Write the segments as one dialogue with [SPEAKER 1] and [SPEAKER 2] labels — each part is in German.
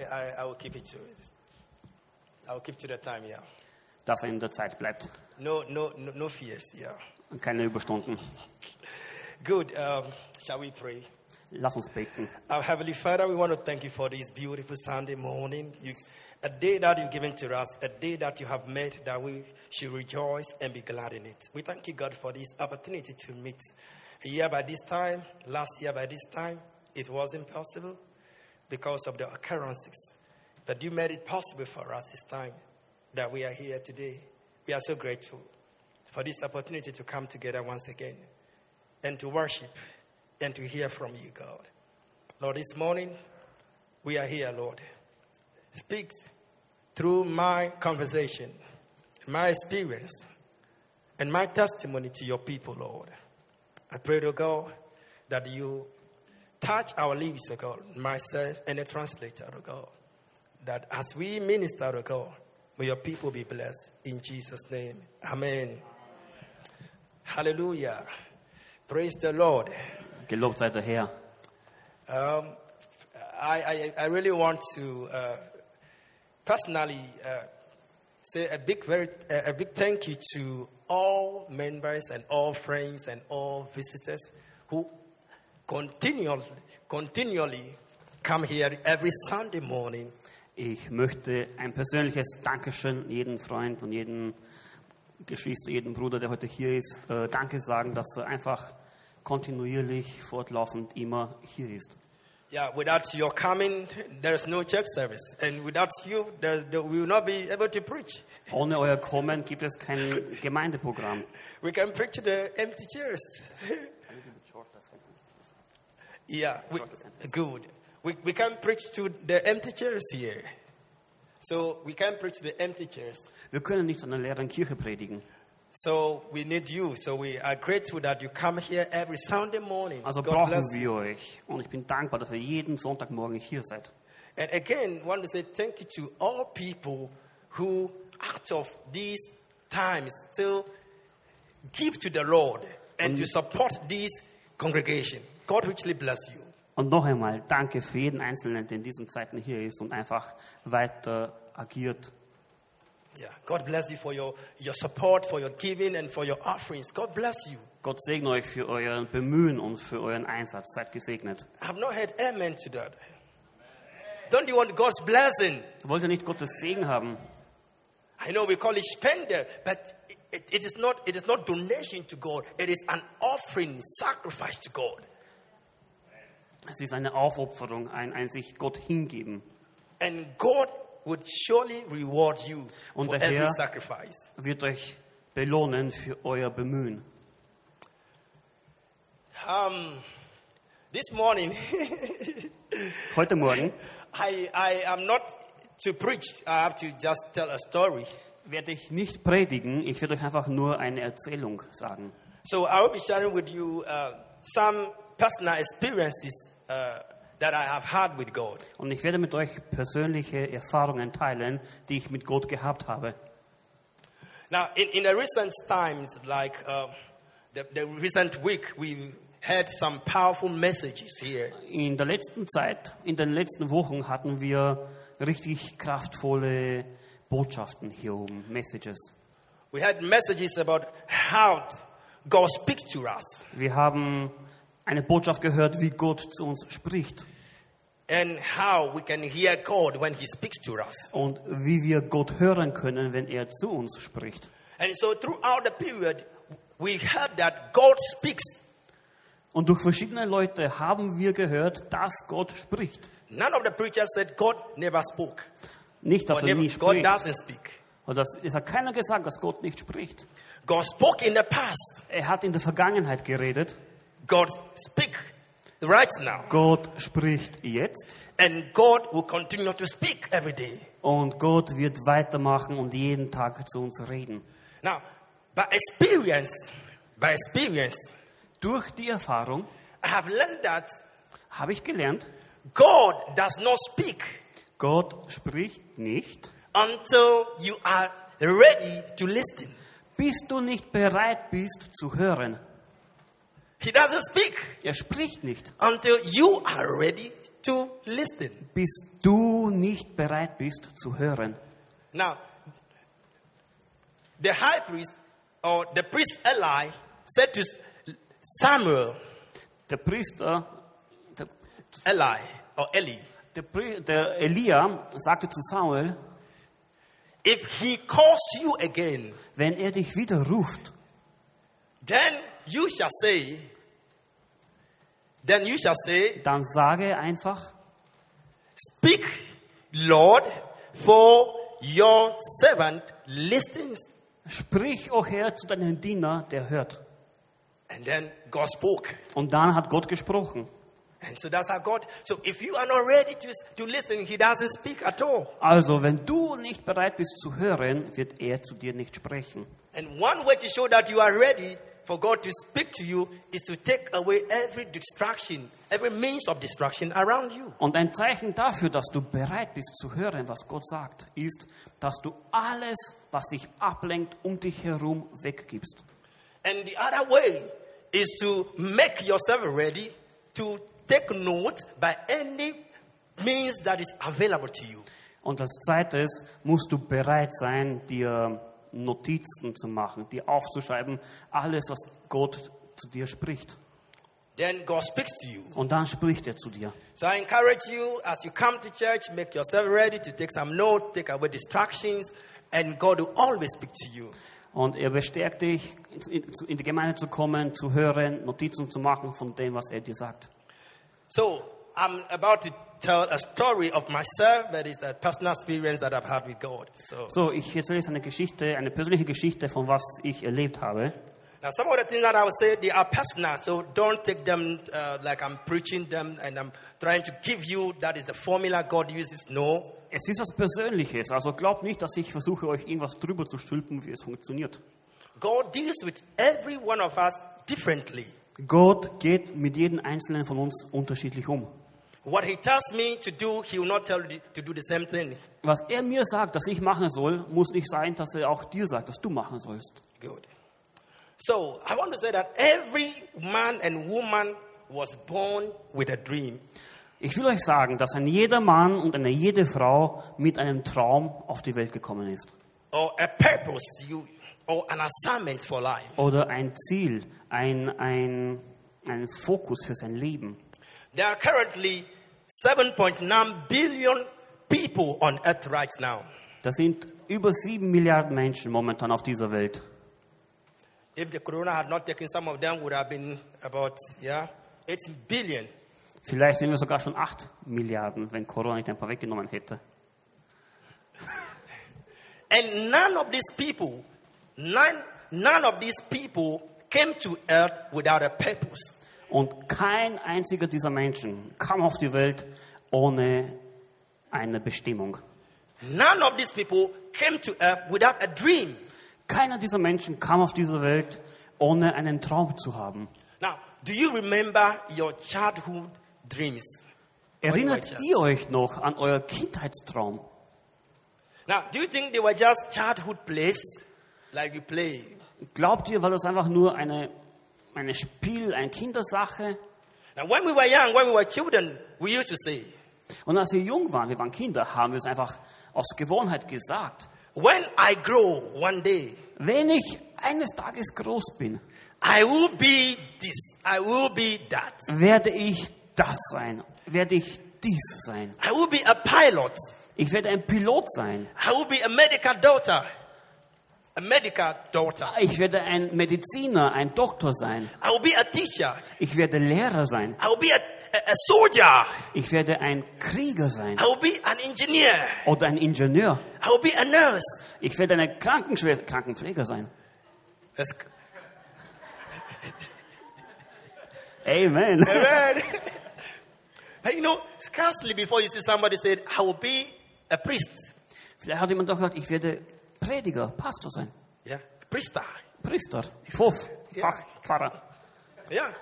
[SPEAKER 1] I, I will keep it to. I will keep to the time. Yeah.
[SPEAKER 2] dass er in der Zeit bleibt.
[SPEAKER 1] No, no, no, no fears. Yeah.
[SPEAKER 2] Und keine Überstunden.
[SPEAKER 1] Good. Um, shall we pray?
[SPEAKER 2] Lass uns beten.
[SPEAKER 1] Our Uh, Heavenly Father, we want to thank you for this beautiful Sunday morning. You, a day that you've given to us, a day that you have made that we should rejoice and be glad in it. We thank you, God, for this opportunity to meet. A year by this time, last year by this time, it wasn't possible because of the occurrences. But you made it possible for us this time that we are here today. We are so grateful for this opportunity to come together once again and to worship and to hear from you, God. Lord, this morning we are here, Lord. Speak through my conversation, my experience, and my testimony to your people, Lord. I pray, to God, that you touch our lips, O God, myself and the translator, O God, that as we minister, O God, may your people be blessed. In Jesus' name, Amen. Hallelujah. Praise the Lord.
[SPEAKER 2] Gelobt sei der Herr.
[SPEAKER 1] Um, I, I, I really want to uh, personally uh, say a big, very, a a big thank you to all members and all friends and all visitors who continually, continually come here every Sunday morning
[SPEAKER 2] Ich möchte ein persönliches Dankeschön jedem Freund und jedem Geschwister, jedem Bruder, der heute hier ist, äh, Danke sagen, dass er einfach kontinuierlich, fortlaufend immer hier ist.
[SPEAKER 1] Yeah, without your coming, there is no church service. And without you, there, there, we will not be able to preach.
[SPEAKER 2] Ohne euer Kommen gibt es kein Gemeindeprogramm.
[SPEAKER 1] We can preach to the empty chairs. yeah, we, good. We, we can preach to the empty chairs here. So we can preach to the empty chairs.
[SPEAKER 2] Wir können nicht zu einer leeren Kirche predigen.
[SPEAKER 1] So we need you. So we are grateful that you come here every Sunday morning.
[SPEAKER 2] Also
[SPEAKER 1] God
[SPEAKER 2] brauchen
[SPEAKER 1] bless you.
[SPEAKER 2] wir euch. Und ich bin dankbar, dass ihr jeden Sonntagmorgen hier seid.
[SPEAKER 1] And again, want to say thank you to all people who, out of these times, still give to the Lord and to support this congregation. God richly bless you.
[SPEAKER 2] Und noch einmal danke für jeden Einzelnen, der in diesen Zeiten hier ist und einfach weiter agiert.
[SPEAKER 1] Yeah. God bless you for your, your support, for your giving, and for your offerings. God bless you.
[SPEAKER 2] Gott segne euch für euer Bemühen und für euren Einsatz. Seid gesegnet.
[SPEAKER 1] I've not heard amen to that. Don't you want God's blessing?
[SPEAKER 2] Wollt ihr nicht Gottes Segen haben?
[SPEAKER 1] I know we call it spender, but it- it, it, is not, it is not donation to God. It is an offering, sacrifice to God.
[SPEAKER 2] Es ist eine Aufopferung, ein, ein sich Gott hingeben.
[SPEAKER 1] And God would surely reward you
[SPEAKER 2] Und
[SPEAKER 1] for
[SPEAKER 2] der
[SPEAKER 1] every
[SPEAKER 2] Herr-
[SPEAKER 1] sacrifice.
[SPEAKER 2] Wird euch belohnen für euer Bemühen.
[SPEAKER 1] Um, this morning,
[SPEAKER 2] Heute Morgen
[SPEAKER 1] I, I am not to preach. I have to just tell a story.
[SPEAKER 2] werde ich nicht predigen, ich werde euch einfach nur eine Erzählung sagen.
[SPEAKER 1] So I will be sharing with you uh, some personal experiences uh, that I have had with God.
[SPEAKER 2] Und ich werde mit euch persönliche Erfahrungen teilen, die ich mit Gott gehabt habe.
[SPEAKER 1] Now, in, in the recent times, like uh, the, the recent week, we had some powerful messages here.
[SPEAKER 2] In der letzten Zeit, in den letzten Wochen hatten wir richtig kraftvolle Botschaften hier oben, Messages.
[SPEAKER 1] We had messages about how God speaks to us.
[SPEAKER 2] Wir haben eine Botschaft gehört, wie Gott zu uns spricht
[SPEAKER 1] and how we can hear God when He speaks to us.
[SPEAKER 2] und wie wir Gott hören können, wenn er zu uns spricht.
[SPEAKER 1] And so, throughout the period, we heard that God speaks.
[SPEAKER 2] Und durch verschiedene Leute haben wir gehört, dass Gott spricht.
[SPEAKER 1] None of the preachers said God never spoke,
[SPEAKER 2] Nicht, dass
[SPEAKER 1] or
[SPEAKER 2] er
[SPEAKER 1] never,
[SPEAKER 2] nie
[SPEAKER 1] God
[SPEAKER 2] spricht.
[SPEAKER 1] doesn't speak.
[SPEAKER 2] Und das, es hat keiner gesagt, dass Gott nicht spricht.
[SPEAKER 1] God spoke in the past.
[SPEAKER 2] Er hat in der Vergangenheit geredet.
[SPEAKER 1] God speak right now,
[SPEAKER 2] Gott spricht jetzt.
[SPEAKER 1] and God will continue to speak every day.
[SPEAKER 2] Und Gott wird weitermachen und jeden Tag zu uns reden.
[SPEAKER 1] Now, by experience, by experience,
[SPEAKER 2] Durch die Erfahrung
[SPEAKER 1] I have learned that
[SPEAKER 2] habe ich gelernt,
[SPEAKER 1] God does not speak
[SPEAKER 2] Gott spricht nicht,
[SPEAKER 1] until you are ready to listen.
[SPEAKER 2] bis du nicht bereit bist zu hören.
[SPEAKER 1] He doesn't speak
[SPEAKER 2] Er spricht nicht,
[SPEAKER 1] until you are ready to listen.
[SPEAKER 2] bis du nicht bereit bist zu hören.
[SPEAKER 1] Now, the high priest or the priest Eli said to Samuel,
[SPEAKER 2] Der Priester, der,
[SPEAKER 1] Eli or Eli,
[SPEAKER 2] der, Pri- der Elia sagte zu Saul,
[SPEAKER 1] if he calls you again,
[SPEAKER 2] wenn er dich wieder ruft,
[SPEAKER 1] then you shall say, then you shall say,
[SPEAKER 2] dann sage einfach,
[SPEAKER 1] Speak, Lord, for your servant listens.
[SPEAKER 2] sprich, o Herr, zu deinem Diener, der hört.
[SPEAKER 1] And then God spoke.
[SPEAKER 2] Und dann hat Gott gesprochen.
[SPEAKER 1] And so that's how God. So if you are not ready to, to listen, He doesn't speak at all.
[SPEAKER 2] Also, wenn du nicht bereit bist zu hören, wird er zu dir nicht sprechen.
[SPEAKER 1] And one way to show that you are ready for God to speak to you is to take away every distraction, every means of distraction around you.
[SPEAKER 2] Und ein Zeichen dafür, dass du bereit bist zu hören, was Gott sagt, ist, dass du alles, was dich ablenkt, um dich herum weggibst.
[SPEAKER 1] And the other way is to make yourself ready to take note by any means that is available to you.
[SPEAKER 2] Und als zweites musst du bereit sein, dir Notizen zu machen, dir aufzuschreiben, alles, was Gott zu dir spricht.
[SPEAKER 1] Then God speaks to you.
[SPEAKER 2] Und dann spricht er zu dir.
[SPEAKER 1] So I encourage you as you come to church, make yourself ready to take some notes, take away distractions, and God will always speak to you.
[SPEAKER 2] Und er bestärkt dich, in in die Gemeinde zu kommen, zu hören, Notizen zu machen von dem, was er dir sagt.
[SPEAKER 1] So I'm about to tell a story of myself, but it's a personal experience that I've had with God. So
[SPEAKER 2] So, ich erzähle jetzt eine Geschichte, eine persönliche Geschichte von was ich erlebt habe.
[SPEAKER 1] now some of the things that I will say they are personal, so don't take them uh, like I'm preaching them and I'm trying to give you that is the formula God uses. No,
[SPEAKER 2] Es ist was Persönliches, also glaubt nicht, dass ich versuche, euch irgendwas drüber zu stülpen, wie es funktioniert.
[SPEAKER 1] God deals with every one of us differently.
[SPEAKER 2] Gott geht mit jedem Einzelnen von uns unterschiedlich um.
[SPEAKER 1] What He tells me to do, He will not tell you to do the same thing.
[SPEAKER 2] Was er mir sagt, dass ich machen soll, muss nicht sein, dass er auch dir sagt, dass du machen sollst.
[SPEAKER 1] Good. So I want to say that every man and woman was born with a dream.
[SPEAKER 2] Ich will euch sagen, dass ein jeder Mann und eine jede Frau mit einem Traum auf die Welt gekommen ist.
[SPEAKER 1] or a purpose you or an assignment for life.
[SPEAKER 2] Oder ein Ziel, ein, ein, ein Fokus für sein Leben.
[SPEAKER 1] There are currently 7.9 billion people on earth right now.
[SPEAKER 2] Das sind über sieben Milliarden Menschen momentan auf dieser Welt.
[SPEAKER 1] If the corona had not taken some of them would have been about yeah, 8 billion.
[SPEAKER 2] Vielleicht sind wir sogar schon 8 Milliarden, wenn Corona nicht ein paar weggenommen hätte.
[SPEAKER 1] And none of these people, none none of these people came to earth without a purpose.
[SPEAKER 2] Und kein einziger dieser Menschen kam auf die Welt ohne eine Bestimmung.
[SPEAKER 1] None of these people came to earth without a dream.
[SPEAKER 2] Keiner dieser Menschen kam auf diese Welt ohne einen Traum zu haben.
[SPEAKER 1] Now, do you remember your childhood dreams?
[SPEAKER 2] Erinnert ihr euch noch an euer Kindheitstraum?
[SPEAKER 1] Now, do you think they were just childhood plays like we play?
[SPEAKER 2] Glaubt ihr, war das einfach nur eine, eine Spiel, eine Kindersache?
[SPEAKER 1] Now, when we were young, when we were children, we used to say,
[SPEAKER 2] Und als wir jung waren, wir waren Kinder, haben wir es einfach aus Gewohnheit gesagt.
[SPEAKER 1] When I grow one day,
[SPEAKER 2] Wenn ich eines Tages groß bin,
[SPEAKER 1] I will be this, I will be that.
[SPEAKER 2] werde ich das sein, werde ich dies sein.
[SPEAKER 1] I will be a pilot.
[SPEAKER 2] Ich werde ein Pilot sein.
[SPEAKER 1] I will be a medical doctor. A medical doctor.
[SPEAKER 2] Ich werde ein Mediziner, ein Doktor sein.
[SPEAKER 1] I will be a teacher.
[SPEAKER 2] Ich werde Lehrer sein.
[SPEAKER 1] I will be a, a, a soldier. I
[SPEAKER 2] Ich werde ein Krieger sein
[SPEAKER 1] will be an engineer.
[SPEAKER 2] oder ein Ingenieur.
[SPEAKER 1] I will be a nurse.
[SPEAKER 2] Ich werde eine Krankenschwester, Krankenpfleger sein.
[SPEAKER 1] That's,
[SPEAKER 2] Amen.
[SPEAKER 1] Amen. but you know, scarcely before you see somebody said, I will be a priest.
[SPEAKER 2] Vielleicht hat jemand doch gesagt, ich werde Prediger, Pastor sein,
[SPEAKER 1] Yeah, priester.
[SPEAKER 2] Priester, Pfuff,
[SPEAKER 1] Ja.
[SPEAKER 2] Pfach, Pfarrer.
[SPEAKER 1] Yeah.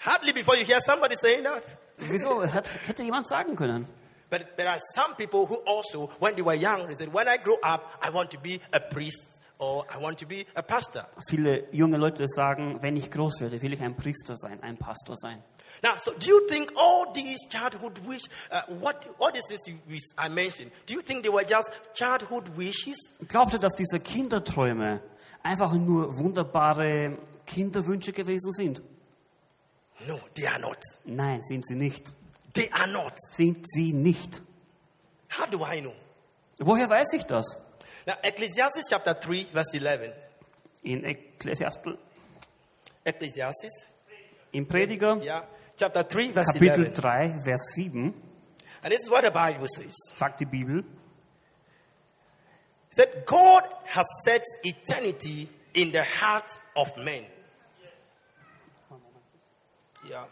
[SPEAKER 1] Hardly before you hear somebody saying that.
[SPEAKER 2] Wieso hat, hätte jemand sagen können?
[SPEAKER 1] But there are some people who also, when they were young, they said, When I grow up, I want to be a priest or I want to be a pastor.
[SPEAKER 2] Viele junge Leute sagen, wenn ich groß werde, will ich ein Priester sein, ein Pastor sein.
[SPEAKER 1] Now, so do you think all these childhood wish, uh, what all these things you- we- I mentioned, do you think they were just childhood wishes?
[SPEAKER 2] Glaubt ihr, dass diese Kinderträume einfach nur wunderbare Kinderwünsche gewesen sind?
[SPEAKER 1] No, they are not.
[SPEAKER 2] Nein, sind sie nicht.
[SPEAKER 1] They are not.
[SPEAKER 2] Sind sie nicht.
[SPEAKER 1] How do I know?
[SPEAKER 2] Woher weiß ich das?
[SPEAKER 1] Now, Ecclesiastes chapter 3, verse 11.
[SPEAKER 2] In Ekklesiastel,
[SPEAKER 1] Ecclesiastes,
[SPEAKER 2] im Prediger,
[SPEAKER 1] yeah, chapter 3, verse
[SPEAKER 2] Kapitel
[SPEAKER 1] 11.
[SPEAKER 2] 3, Vers 7,
[SPEAKER 1] And this is what the Bible says.
[SPEAKER 2] sagt die Bibel,
[SPEAKER 1] It said, God has set eternity in the heart of men. Yeah.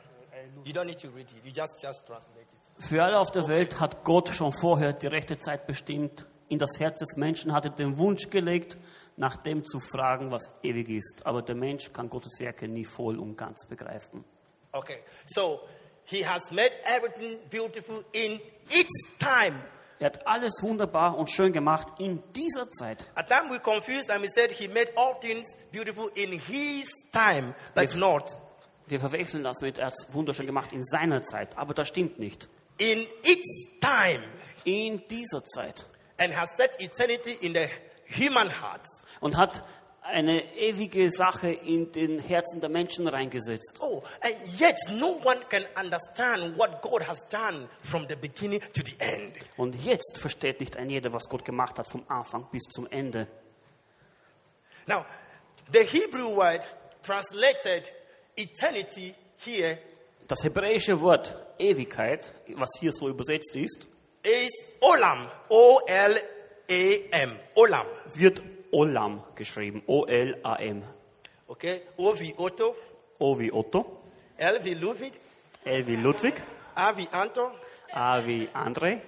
[SPEAKER 1] You don't need to read it. You just, just translate it.
[SPEAKER 2] Für alle auf der Welt hat Gott schon vorher die rechte Zeit bestimmt. In das Herz des Menschen hat er den Wunsch gelegt, nach dem zu fragen, was ewig ist. Aber der Mensch kann Gottes Werke nie voll und ganz begreifen.
[SPEAKER 1] Okay, so he has made everything beautiful in its time.
[SPEAKER 2] Er hat alles wunderbar und schön gemacht in dieser Zeit.
[SPEAKER 1] At time we confused and we said he made all things beautiful in his time, but
[SPEAKER 2] Yes.
[SPEAKER 1] not
[SPEAKER 2] Wir verwechseln das mit, er hat es wunderschön gemacht in seiner Zeit. Aber das stimmt nicht.
[SPEAKER 1] in its time,
[SPEAKER 2] In dieser Zeit.
[SPEAKER 1] and has set eternity in the human heart.
[SPEAKER 2] Und hat eine ewige Sache in den Herzen der Menschen reingesetzt.
[SPEAKER 1] Oh, and yet no one can understand what God has done from the beginning to the end.
[SPEAKER 2] Und jetzt versteht nicht ein jeder, was Gott gemacht hat, vom Anfang bis zum Ende.
[SPEAKER 1] Now, the Hebrew word translated eternity here
[SPEAKER 2] Das hebräische Wort Ewigkeit, was hier so übersetzt ist,
[SPEAKER 1] is olam, O L A M, olam.
[SPEAKER 2] wird Olam geschrieben. O-L-A-M.
[SPEAKER 1] Okay, O V Otto,
[SPEAKER 2] O wie Otto,
[SPEAKER 1] L V Ludwig,
[SPEAKER 2] L wie Ludwig,
[SPEAKER 1] A V Anton,
[SPEAKER 2] A wie André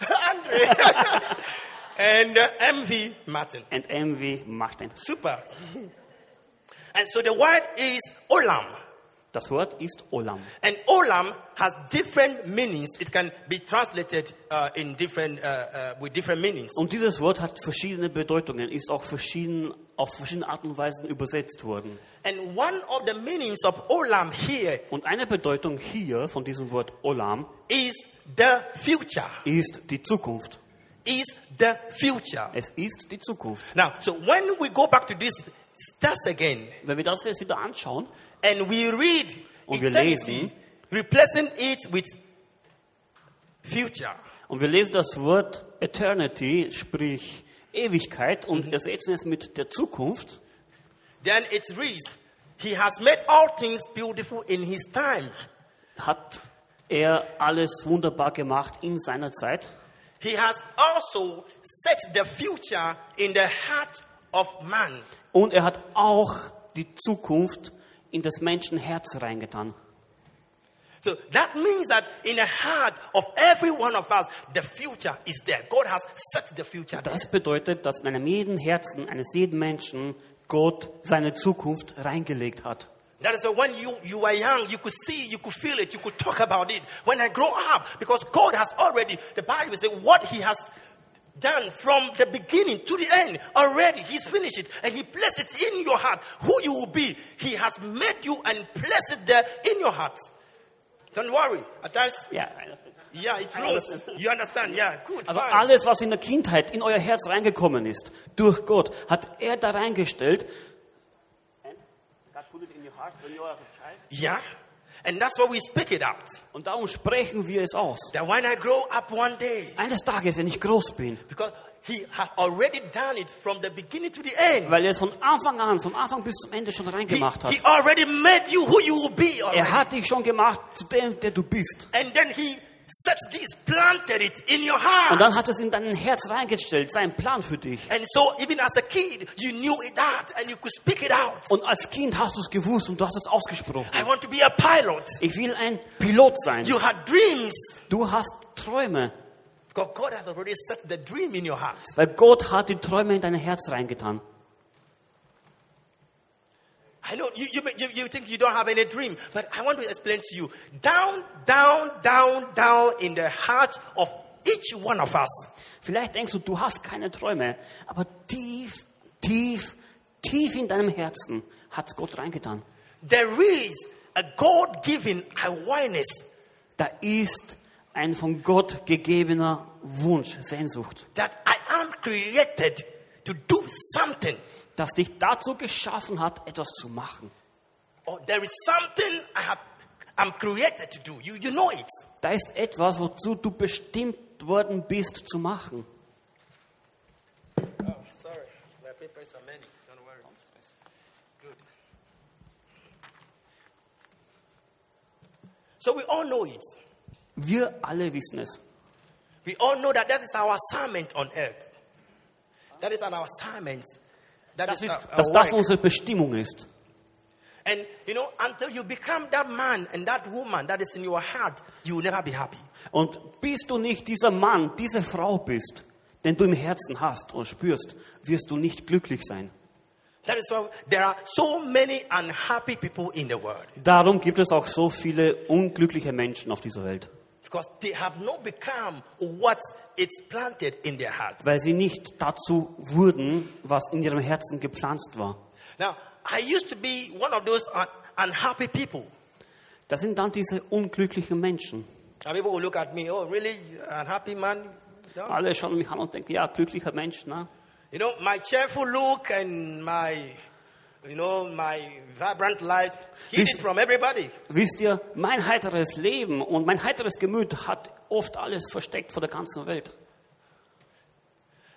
[SPEAKER 1] Andre, and uh, M V Martin.
[SPEAKER 2] und M wie Martin.
[SPEAKER 1] Super. And so the word is olam.
[SPEAKER 2] Das Wort ist Olam.
[SPEAKER 1] And olam has different meanings. It can be translated uh, in different, uh, uh, with different meanings.
[SPEAKER 2] Und dieses Wort hat verschiedene Bedeutungen, ist auch verschieden, auf verschiedene Arten und Weisen übersetzt worden.
[SPEAKER 1] And one of the meanings of olam here
[SPEAKER 2] Und eine Bedeutung hier von diesem Wort Olam
[SPEAKER 1] is the future.
[SPEAKER 2] ist die Zukunft.
[SPEAKER 1] Is the future.
[SPEAKER 2] Es ist die Zukunft.
[SPEAKER 1] Now, so when we go back to this text again,
[SPEAKER 2] Wenn wir das jetzt wieder anschauen,
[SPEAKER 1] and we read
[SPEAKER 2] Und wir
[SPEAKER 1] eternity,
[SPEAKER 2] lesen.
[SPEAKER 1] replacing it with future.
[SPEAKER 2] Und wir lesen das Wort Eternity, sprich Ewigkeit, und ersetzen es mit der Zukunft.
[SPEAKER 1] Then it reads, He has made all things beautiful in His time.
[SPEAKER 2] Hat er alles wunderbar gemacht in seiner Zeit.
[SPEAKER 1] He has also set the future in the heart of man.
[SPEAKER 2] Und er hat auch die Zukunft in das Menschenherz reingetan.
[SPEAKER 1] So that means that in the heart of every one of us, the future is there. God has set the future there.
[SPEAKER 2] Das bedeutet, dass in einem jeden Herzen eines jeden Menschen Gott seine Zukunft reingelegt hat.
[SPEAKER 1] That is why when you, you were young, you could see, you could feel it, you could talk about it. When I grow up, because God has already, the Bible says, what He has done from the beginning to the end, already He's finished it. And He placed it in your heart, who you will be. He has made you and placed it there in your heart. Don't worry. At times,
[SPEAKER 2] Ja.
[SPEAKER 1] yeah, it flows. You understand? Yeah, good.
[SPEAKER 2] Also
[SPEAKER 1] fine.
[SPEAKER 2] alles, was in der Kindheit in euer Herz reingekommen ist, durch Gott, hat er da reingestellt.
[SPEAKER 1] Yeah. And that's why we speak it out.
[SPEAKER 2] Und darum sprechen wir es aus.
[SPEAKER 1] That when I grow up one day,
[SPEAKER 2] Eines Tages, wenn ich groß bin,
[SPEAKER 1] because He had already done it from the beginning to the end.
[SPEAKER 2] weil er es von Anfang an, vom Anfang bis zum Ende schon
[SPEAKER 1] He,
[SPEAKER 2] reingemacht hat.
[SPEAKER 1] he already made you who you will be. already.
[SPEAKER 2] Er hat dich schon gemacht zu dem, der du bist.
[SPEAKER 1] And then he set this, planted it in your
[SPEAKER 2] Und
[SPEAKER 1] heart.
[SPEAKER 2] dann hat es in dein Herz reingestellt, sein Plan für dich.
[SPEAKER 1] And so, even as a kid, you knew it that and you could speak it out.
[SPEAKER 2] Und als Kind hast du es gewusst und du hast es ausgesprochen.
[SPEAKER 1] I want to be a pilot.
[SPEAKER 2] Ich will ein Pilot sein.
[SPEAKER 1] You had dreams.
[SPEAKER 2] Du hast Träume,
[SPEAKER 1] Because God has already set the dream in your heart.
[SPEAKER 2] weil Gott hat die Träume in dein Herz reingetan.
[SPEAKER 1] I know you, you, may- you, you think you don't have any dream, but I want to explain to you down, down, down, down in the heart of each one of us.
[SPEAKER 2] Vielleicht denkst du, du hast keine Träume, aber tief, tief, tief in deinem Herzen hat Gott reingetan.
[SPEAKER 1] There is a God given awareness
[SPEAKER 2] Da ist ein von Gott gegebener Wunsch, Sehnsucht,
[SPEAKER 1] that I am created to do something,
[SPEAKER 2] das dich dazu geschaffen hat, etwas zu machen.
[SPEAKER 1] or there is something I have, I'm created to do. You, you know it.
[SPEAKER 2] Da ist etwas, wozu du bestimmt worden bist zu machen.
[SPEAKER 1] Oh, sorry. My papers are many. Don't worry. Good. So we all know it.
[SPEAKER 2] Wir alle wissen es.
[SPEAKER 1] We all know that that is our assignment on earth. That is our assignment. That
[SPEAKER 2] Das
[SPEAKER 1] is
[SPEAKER 2] ist,
[SPEAKER 1] our- our
[SPEAKER 2] dass das
[SPEAKER 1] work.
[SPEAKER 2] unsere Bestimmung ist.
[SPEAKER 1] And you know, until you become that man and that woman that is in your heart, you will never be happy.
[SPEAKER 2] Und bis du nicht dieser Mann, diese Frau bist, den du im Herzen hast und spürst, wirst du nicht glücklich sein.
[SPEAKER 1] That is why there are so many unhappy people in the world
[SPEAKER 2] Darum gibt es auch so viele unglückliche Menschen auf dieser Welt,
[SPEAKER 1] because they have not become what is planted in their heart.
[SPEAKER 2] weil sie nicht dazu wurden, was in ihrem Herzen gepflanzt war.
[SPEAKER 1] Now, I used to be one of those un- unhappy people.
[SPEAKER 2] Das sind dann diese unglücklichen Menschen.
[SPEAKER 1] And people will look at me, oh, really? You're an unhappy man? No?
[SPEAKER 2] Alle schauen mich an und denken, ja, glücklicher Mensch, ne?
[SPEAKER 1] You know, my cheerful look and my, you know, my vibrant life hid
[SPEAKER 2] This-
[SPEAKER 1] it from everybody.
[SPEAKER 2] Wisst ihr, mein heiteres Leben und mein heiteres Gemüt hat oft alles versteckt vor der ganzen Welt.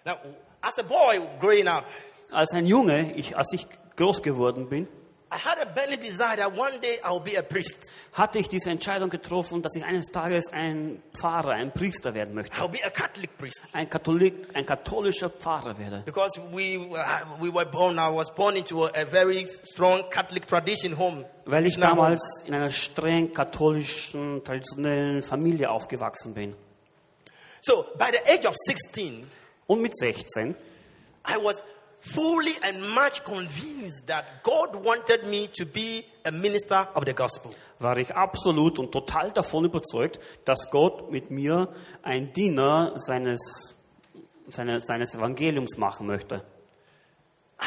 [SPEAKER 1] Now, as a boy growing up,
[SPEAKER 2] Als ein Junge, ich, als ich groß geworden bin,
[SPEAKER 1] I had a burning desire that one day I'll be a priest.
[SPEAKER 2] hatte ich diese Entscheidung getroffen, dass ich eines Tages ein Pfarrer, ein Priester werden möchte.
[SPEAKER 1] I'll be a Catholic priest.
[SPEAKER 2] Ein, Katholik, ein katholischer Pfarrer werde.
[SPEAKER 1] Because we, I- we were born, I was born into a, a very strong Catholic tradition home.
[SPEAKER 2] Weil ich
[SPEAKER 1] Traditional home.
[SPEAKER 2] damals in einer streng katholischen, traditionellen Familie aufgewachsen bin.
[SPEAKER 1] So, by the age of 16,
[SPEAKER 2] Und mit 16
[SPEAKER 1] I was fully and much convinced that God wanted me to be a minister of the gospel.
[SPEAKER 2] war ich absolut und total davon überzeugt, dass Gott mit mir ein Diener seines, seines, seines Evangeliums machen möchte.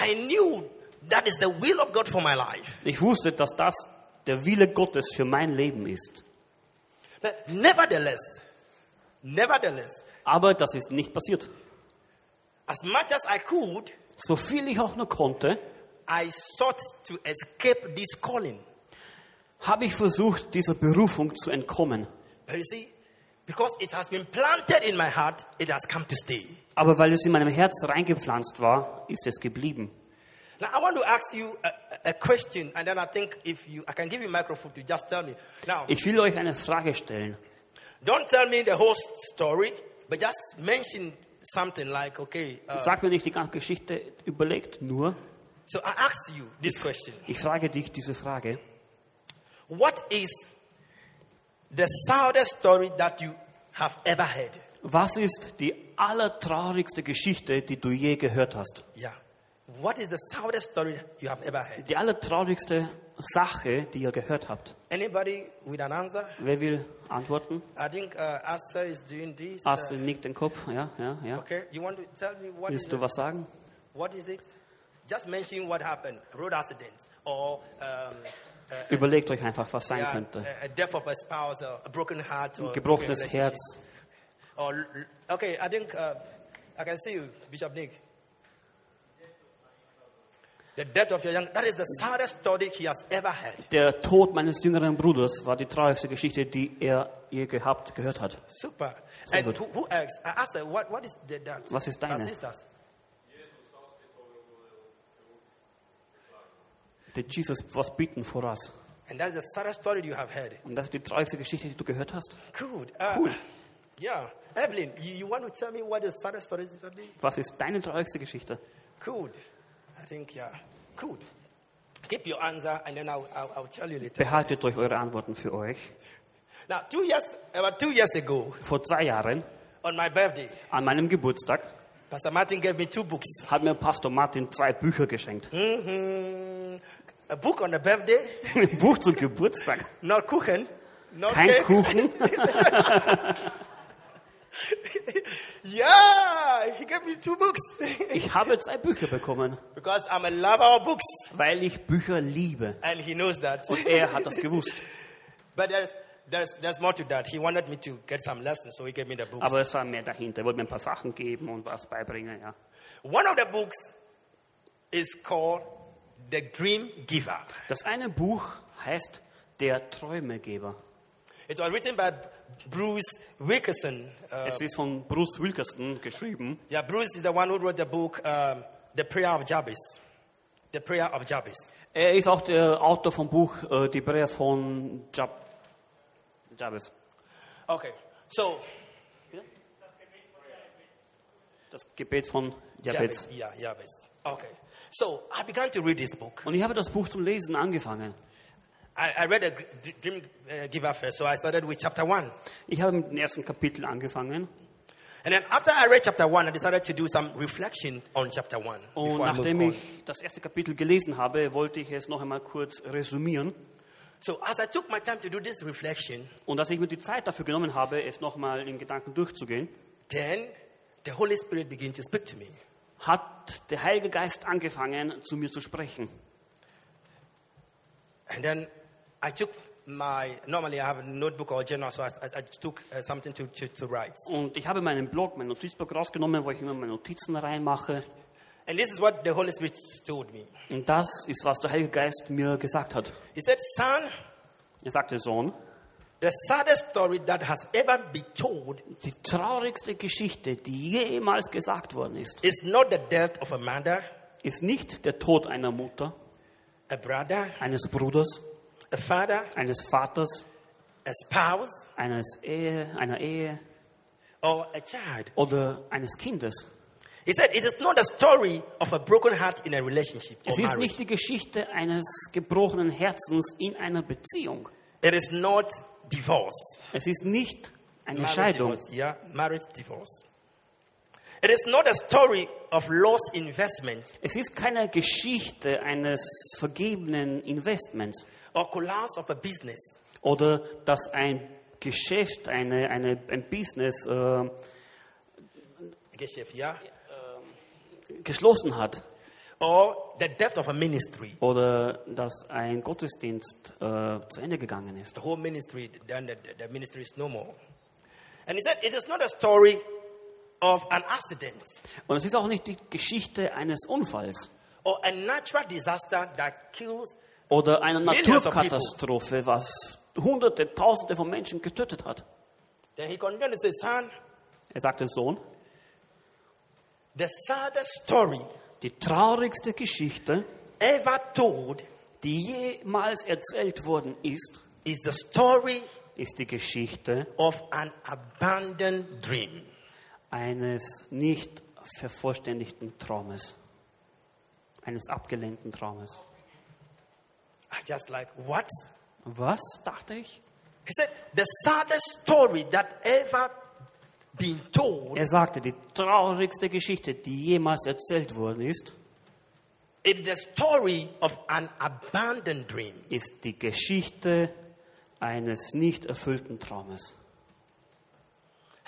[SPEAKER 1] I knew that is the will of God for my life.
[SPEAKER 2] Ich wusste, dass das der Wille Gottes für mein Leben ist.
[SPEAKER 1] But nevertheless, nevertheless,
[SPEAKER 2] Aber das ist nicht passiert.
[SPEAKER 1] as much as I could,
[SPEAKER 2] So viel ich auch nur konnte,
[SPEAKER 1] I sought to escape this calling.
[SPEAKER 2] habe ich versucht, dieser Berufung zu entkommen.
[SPEAKER 1] But you see, because it has been planted in my heart, it has come to stay.
[SPEAKER 2] Aber weil es in meinem Herz reingepflanzt war, ist es geblieben.
[SPEAKER 1] Now I want to ask you a, a question, and then I think if you, I can give you microphone to just tell me. Now,
[SPEAKER 2] Ich will euch eine Frage stellen.
[SPEAKER 1] Don't tell me the whole story, but just mention something like, okay. Uh,
[SPEAKER 2] Sag mir nicht die ganze Geschichte, überlegt nur.
[SPEAKER 1] so I ask you this question
[SPEAKER 2] Ich frage dich diese Frage.
[SPEAKER 1] What is the saddest story that you have ever heard?
[SPEAKER 2] Was ist die allertraurigste Geschichte, die du je gehört hast?
[SPEAKER 1] Yeah. What is the saddest story you have ever heard?
[SPEAKER 2] Die allertraurigste Sache, die ihr gehört habt?
[SPEAKER 1] Anybody with an answer?
[SPEAKER 2] Wer will antworten?
[SPEAKER 1] I think uh, Asa is doing this. uh,
[SPEAKER 2] Hast du nickt den Kopf? Ja, ja, ja.
[SPEAKER 1] okay. You want to tell me what is
[SPEAKER 2] Willst du
[SPEAKER 1] it?
[SPEAKER 2] was sagen?
[SPEAKER 1] What is it? Just mention what happened: road accident or um,
[SPEAKER 2] Überlegt euch einfach, was sein
[SPEAKER 1] yeah,
[SPEAKER 2] könnte.
[SPEAKER 1] a- a death of a spouse, or a broken heart, or broken
[SPEAKER 2] Gebrochenes
[SPEAKER 1] relationship.
[SPEAKER 2] Herz,
[SPEAKER 1] Or, Oh, l- l- okay, I think uh, I can see you, Bishop Nick. The death of your young, that is the saddest story he has ever had.
[SPEAKER 2] Der Tod meines jüngeren Bruders war die traurigste Geschichte, die er je gehabt, gehört hat.
[SPEAKER 1] Super.
[SPEAKER 2] So
[SPEAKER 1] and
[SPEAKER 2] good.
[SPEAKER 1] who, who else? I asked her, what, what is the that?
[SPEAKER 2] Was ist deine?
[SPEAKER 1] Her sisters.
[SPEAKER 2] The Jesus was beaten for us.
[SPEAKER 1] And that is the saddest story you have heard.
[SPEAKER 2] Und das ist die traurigste Geschichte, die du gehört hast.
[SPEAKER 1] Good. Uh,
[SPEAKER 2] Cool.
[SPEAKER 1] Yeah. Evelyn, you, you want to tell me what the saddest story is? Evelyn?
[SPEAKER 2] Was ist deine traurigste Geschichte?
[SPEAKER 1] Good. I think, yeah. Good. Keep your answer and then I'll, I'll, I'll tell you later.
[SPEAKER 2] Behaltet euch eure Antworten für euch.
[SPEAKER 1] Now, two years, about two years ago,
[SPEAKER 2] Vor zwei Jahren,
[SPEAKER 1] on my birthday,
[SPEAKER 2] an meinem Geburtstag,
[SPEAKER 1] Pastor Martin gave me two books.
[SPEAKER 2] hat mir Pastor Martin zwei Bücher geschenkt.
[SPEAKER 1] hmm A book on a birthday,
[SPEAKER 2] Ein Buch zum Geburtstag.
[SPEAKER 1] not Kuchen, not
[SPEAKER 2] Kein
[SPEAKER 1] cake.
[SPEAKER 2] Kuchen.
[SPEAKER 1] Yeah, He gave me two books.
[SPEAKER 2] Ich habe zwei Bücher bekommen,
[SPEAKER 1] because I'm a lover of books.
[SPEAKER 2] weil ich Bücher liebe.
[SPEAKER 1] And he knows that.
[SPEAKER 2] Er hat das gewusst.
[SPEAKER 1] But there's, there's, there's more to that. He wanted me to get some lessons, so he gave me the books.
[SPEAKER 2] Aber es war mehr dahinter. Er wollte mir ein paar Sachen geben und was beibringen. Ja.
[SPEAKER 1] One of the books is called The Dream Giver.
[SPEAKER 2] Das eine Buch heißt Der Träumegeber.
[SPEAKER 1] It was written by Bruce Wilkerson. Uh,
[SPEAKER 2] Es ist von Bruce Wilkerson geschrieben.
[SPEAKER 1] yeah, Bruce is the one who wrote the book um, The Prayer of Jabez. The Prayer of Jabez.
[SPEAKER 2] Er ist auch der Autor vom Buch äh, Die Brea von Jab Jabez.
[SPEAKER 1] Okay, so
[SPEAKER 2] Das Gebet von Jabez.
[SPEAKER 1] Jabez. Yeah, Jabez. Okay, so I began to read this book.
[SPEAKER 2] Und ich habe das Buch zum Lesen angefangen.
[SPEAKER 1] I, I read a gr- dream uh, giver first, so I started with chapter one.
[SPEAKER 2] Ich habe mit dem ersten Kapitel angefangen.
[SPEAKER 1] And then after I read chapter one, I decided to do some reflection on chapter one.
[SPEAKER 2] Und
[SPEAKER 1] before I moved
[SPEAKER 2] nachdem
[SPEAKER 1] on.
[SPEAKER 2] ich das erste Kapitel gelesen habe, wollte ich es noch einmal kurz resümieren.
[SPEAKER 1] So as I took my time to do this reflection,
[SPEAKER 2] Und dass ich mir die Zeit dafür genommen habe, es nochmal in Gedanken durchzugehen,
[SPEAKER 1] then the Holy Spirit began to speak to me.
[SPEAKER 2] hat der Heilige Geist angefangen, zu mir zu sprechen.
[SPEAKER 1] And then I took my, normally I have a notebook or journal, so I, I, I took uh, something to, to, to write.
[SPEAKER 2] Und ich habe meinen Blog, mein Notizblock rausgenommen, wo ich immer meine Notizen reinmache.
[SPEAKER 1] And this is what the Holy Spirit told me.
[SPEAKER 2] Und das ist, was der Heilige Geist mir gesagt hat.
[SPEAKER 1] He said, Son,
[SPEAKER 2] Er sagte, Sohn,
[SPEAKER 1] the saddest story that has ever been told
[SPEAKER 2] die traurigste Geschichte, die jemals gesagt worden ist,
[SPEAKER 1] is not the death of a mother,
[SPEAKER 2] ist nicht der Tod einer Mutter,
[SPEAKER 1] a brother,
[SPEAKER 2] eines Bruders,
[SPEAKER 1] a father,
[SPEAKER 2] eines Vaters,
[SPEAKER 1] a spouse,
[SPEAKER 2] eines Ehe, einer Ehe
[SPEAKER 1] or a child.
[SPEAKER 2] oder eines Kindes.
[SPEAKER 1] He said, It is not the story of a broken heart in a relationship or
[SPEAKER 2] Es ist
[SPEAKER 1] marriage.
[SPEAKER 2] nicht die Geschichte eines gebrochenen Herzens in einer Beziehung.
[SPEAKER 1] It is not divorce.
[SPEAKER 2] Es ist nicht eine
[SPEAKER 1] Marriage
[SPEAKER 2] Scheidung.
[SPEAKER 1] divorce. Yeah, marriage divorce. It is not a story of lost investment
[SPEAKER 2] Es ist keine Geschichte eines vergebenen Investments
[SPEAKER 1] or collapse of a business.
[SPEAKER 2] oder dass ein Geschäft, eine, eine, ein Business äh,
[SPEAKER 1] Okay, chef, yeah?
[SPEAKER 2] geschlossen hat
[SPEAKER 1] Or the depth of a ministry.
[SPEAKER 2] oder dass ein Gottesdienst äh, zu Ende gegangen ist.
[SPEAKER 1] The whole ministry, then the, the ministry is no more. And he said, it is not a story of an accident
[SPEAKER 2] Und es ist auch nicht die Geschichte eines Unfalls
[SPEAKER 1] or a natural disaster that kills.
[SPEAKER 2] oder einer
[SPEAKER 1] Millions of
[SPEAKER 2] Naturkatastrophe, was Hunderte, Tausende von Menschen getötet hat.
[SPEAKER 1] Then he continued to say, son,
[SPEAKER 2] Er sagte, Sohn,
[SPEAKER 1] the saddest story
[SPEAKER 2] die traurigste Geschichte,
[SPEAKER 1] ever told
[SPEAKER 2] die jemals erzählt worden ist,
[SPEAKER 1] is the story
[SPEAKER 2] ist die Geschichte
[SPEAKER 1] of an abandoned dream.
[SPEAKER 2] eines nicht vervollständigten Traumes, eines abgelehnten Traumes.
[SPEAKER 1] I just like, what?
[SPEAKER 2] Was, dachte ich?
[SPEAKER 1] He said, the saddest story that ever been told,
[SPEAKER 2] Er sagte, die traurigste Geschichte, die jemals erzählt worden ist,
[SPEAKER 1] is the story of an abandoned dream.
[SPEAKER 2] ist die Geschichte eines nicht erfüllten Traumes.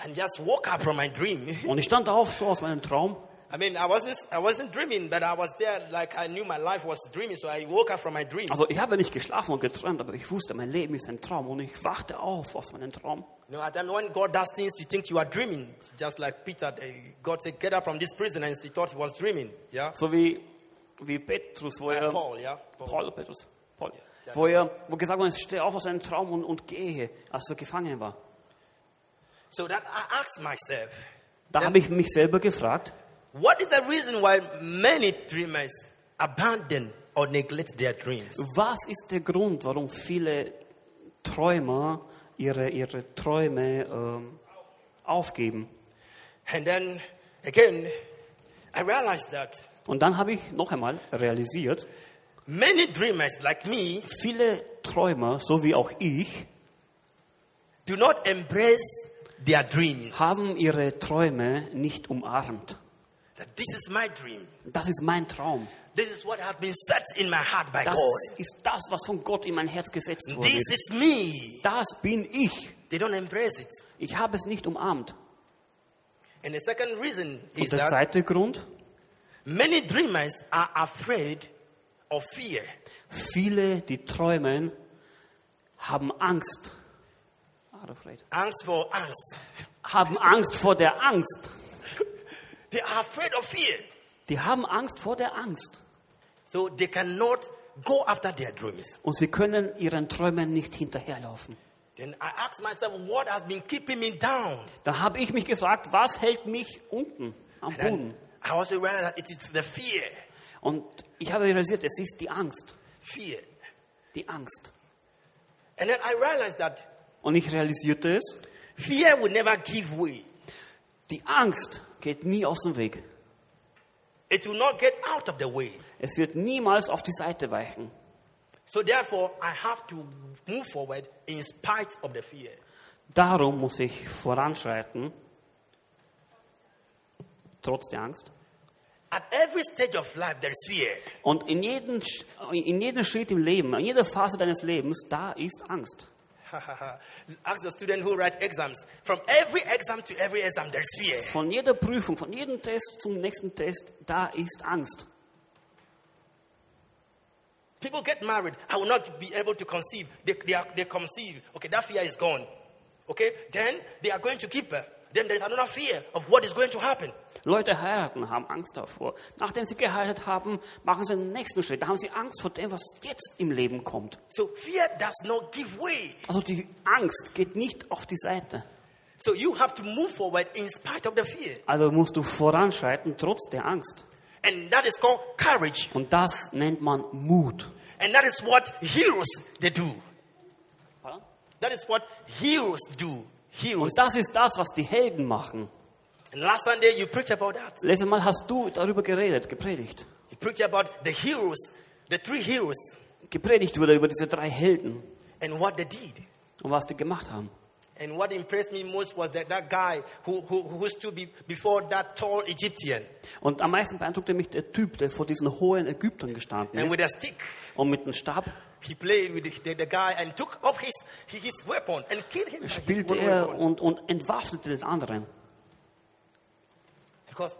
[SPEAKER 1] And just woke up from my dream.
[SPEAKER 2] Und ich stand auf, so aus meinem Traum.
[SPEAKER 1] I mean, I wasn't, I wasn't dreaming, but I was there like I knew my life was dreaming, so I woke up from my dream.
[SPEAKER 2] Also ich habe nicht geschlafen und geträumt, aber ich wusste, mein Leben ist ein Traum. Und ich wachte auf aus meinem Traum.
[SPEAKER 1] You know, at times when God does things, you think you are dreaming. Just like Peter, eh, God said, get up from this prison, and he thought he was dreaming. Yeah?
[SPEAKER 2] So wie, wie Petrus, wo er...
[SPEAKER 1] Paul, yeah? Paul.
[SPEAKER 2] Paul, Petrus, Paul.
[SPEAKER 1] Ja.
[SPEAKER 2] Wo, er, wo gesagt worden ist, steh auf aus deinem Traum und, und gehe, als er gefangen war.
[SPEAKER 1] So that I asked myself,
[SPEAKER 2] Da habe ich mich selber gefragt,
[SPEAKER 1] What is the reason why many dreamers abandon or neglect their dreams?
[SPEAKER 2] was ist der Grund, warum viele Träumer ihre, ihre Träume ähm, aufgeben?
[SPEAKER 1] And then again, I realized that
[SPEAKER 2] Und dann habe ich noch einmal realisiert,
[SPEAKER 1] many dreamers like me
[SPEAKER 2] viele Träumer, so wie auch ich,
[SPEAKER 1] do not embrace their dreams.
[SPEAKER 2] haben ihre Träume nicht umarmt.
[SPEAKER 1] That this is my dream.
[SPEAKER 2] Das ist mein Traum.
[SPEAKER 1] This is what has been set in my heart by
[SPEAKER 2] Das
[SPEAKER 1] God.
[SPEAKER 2] ist das, was von Gott in mein Herz gesetzt worden
[SPEAKER 1] This
[SPEAKER 2] ist.
[SPEAKER 1] is me.
[SPEAKER 2] Das bin ich.
[SPEAKER 1] They don't embrace it.
[SPEAKER 2] Ich habe es nicht umarmt.
[SPEAKER 1] And the second reason is
[SPEAKER 2] Und der
[SPEAKER 1] that
[SPEAKER 2] zweite Grund,
[SPEAKER 1] many dreamers are afraid of fear.
[SPEAKER 2] viele, die träumen, haben Angst. Are afraid.
[SPEAKER 1] Angst for angst.
[SPEAKER 2] Haben Angst vor der Angst.
[SPEAKER 1] They are afraid of fear.
[SPEAKER 2] Die haben Angst vor der Angst.
[SPEAKER 1] So they cannot go after their dreams.
[SPEAKER 2] Und sie können ihren Träumen nicht hinterherlaufen.
[SPEAKER 1] Then I ask myself, what has been keeping me down?
[SPEAKER 2] Da habe ich mich gefragt, was hält mich unten am
[SPEAKER 1] Then
[SPEAKER 2] Boden?
[SPEAKER 1] I also realized that it is the fear.
[SPEAKER 2] Und ich habe realisiert, es ist die Angst.
[SPEAKER 1] Fear.
[SPEAKER 2] Die Angst.
[SPEAKER 1] And then I realized that
[SPEAKER 2] Und ich realisierte es,
[SPEAKER 1] fear will never give way.
[SPEAKER 2] die Angst geht nie aus dem Weg.
[SPEAKER 1] It will not get out of the way.
[SPEAKER 2] Es wird niemals auf die Seite weichen.
[SPEAKER 1] So therefore, I have to move forward in spite of the fear.
[SPEAKER 2] Darum muss ich voranschreiten, trotz der Angst.
[SPEAKER 1] At every stage of life, there is fear.
[SPEAKER 2] Und in jedem, Sch- in jedem Schritt im Leben, in jeder Phase deines Lebens, da ist Angst.
[SPEAKER 1] Ask the student who write exams. From every exam to every exam, there is fear.
[SPEAKER 2] Von jeder Prüfung, von jedem Test zum nächsten Test, da ist Angst.
[SPEAKER 1] People get married. I will not be able to conceive. They, they, are, they conceive. Okay, that fear is gone. Okay, then they are going to keep her. Then there is another fear of what is going to happen.
[SPEAKER 2] Leute heiraten, haben Angst davor. Nachdem sie geheiratet haben, machen sie den nächsten Schritt. Da haben sie Angst vor dem, was jetzt im Leben kommt.
[SPEAKER 1] So fear does not give way.
[SPEAKER 2] Also die Angst geht nicht auf die Seite.
[SPEAKER 1] So you have to move forward in spite of the fear.
[SPEAKER 2] Also musst du voranschreiten, trotz der Angst.
[SPEAKER 1] And that is called courage.
[SPEAKER 2] Und das nennt man Mut.
[SPEAKER 1] And that is what heroes they do.
[SPEAKER 2] Pardon?
[SPEAKER 1] That is what heroes do. Heroes.
[SPEAKER 2] Und das ist das, was die Helden machen.
[SPEAKER 1] And last Sunday you preached about that.
[SPEAKER 2] Letztes Mal hast du darüber geredet, gepredigt.
[SPEAKER 1] You preached about the heroes, the three heroes,
[SPEAKER 2] Gepredigt wurde über diese drei Helden
[SPEAKER 1] and what they did.
[SPEAKER 2] und was die gemacht haben.
[SPEAKER 1] And what impressed me most was that, that guy who, who, who stood be, before that tall Egyptian
[SPEAKER 2] Und am meisten beeindruckte mich der Typ, der vor diesen hohen Ägyptern gestanden
[SPEAKER 1] and
[SPEAKER 2] ist
[SPEAKER 1] with a stick.
[SPEAKER 2] und mit dem Stab
[SPEAKER 1] He played with the, the, the guy and took off his, his weapon and killed him. with his
[SPEAKER 2] spielte
[SPEAKER 1] own
[SPEAKER 2] er
[SPEAKER 1] weapon.
[SPEAKER 2] und, und entwaffnete den anderen,
[SPEAKER 1] Because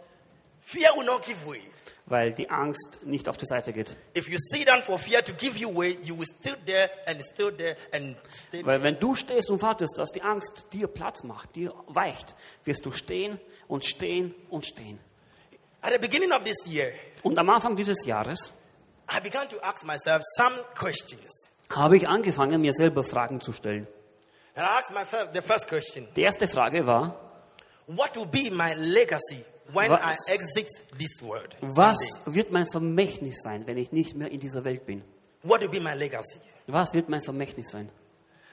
[SPEAKER 1] fear will not give way.
[SPEAKER 2] weil die Angst nicht auf die Seite geht.
[SPEAKER 1] If you sit down for fear to give you way, you will still there and still there and stay there.
[SPEAKER 2] Weil wenn du stehst und wartest, dass die Angst dir Platz macht, dir weicht, wirst du stehen und stehen und stehen.
[SPEAKER 1] At the beginning of this year,
[SPEAKER 2] Und am Anfang dieses Jahres
[SPEAKER 1] I began to ask myself some questions.
[SPEAKER 2] habe ich angefangen, mir selber Fragen zu stellen.
[SPEAKER 1] And I asked myself the first question
[SPEAKER 2] Die erste Frage war,
[SPEAKER 1] What will be my legacy when
[SPEAKER 2] Was-
[SPEAKER 1] I exit this world?
[SPEAKER 2] was
[SPEAKER 1] someday?
[SPEAKER 2] wird mein Vermächtnis sein, wenn ich nicht mehr in dieser Welt bin?
[SPEAKER 1] What will be my legacy?
[SPEAKER 2] Was wird mein Vermächtnis sein?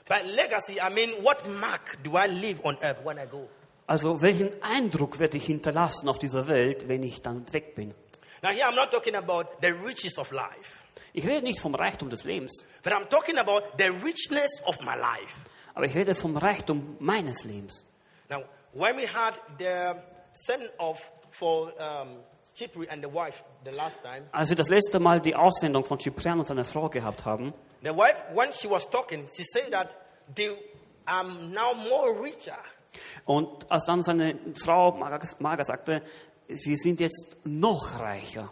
[SPEAKER 1] By legacy, I mean what mark do I leave on earth when I go?
[SPEAKER 2] Also welchen Eindruck werde ich hinterlassen auf dieser Welt, wenn ich dann weg bin?
[SPEAKER 1] Now, here I'm not talking about the riches of life,
[SPEAKER 2] Ich rede nicht vom Reichtum des Lebens,
[SPEAKER 1] but I'm talking about the richness of my life.
[SPEAKER 2] aber ich rede vom Reichtum meines Lebens.
[SPEAKER 1] Now, when we had the send off for um, Chipri and the wife the last time,
[SPEAKER 2] Als wir das letzte Mal die Aussendung von Cyprian und seiner Frau gehabt haben,
[SPEAKER 1] the wife, when she was talking, she said that they are now more richer.
[SPEAKER 2] und als dann seine Frau Marga, Marga sagte, wir sind jetzt noch reicher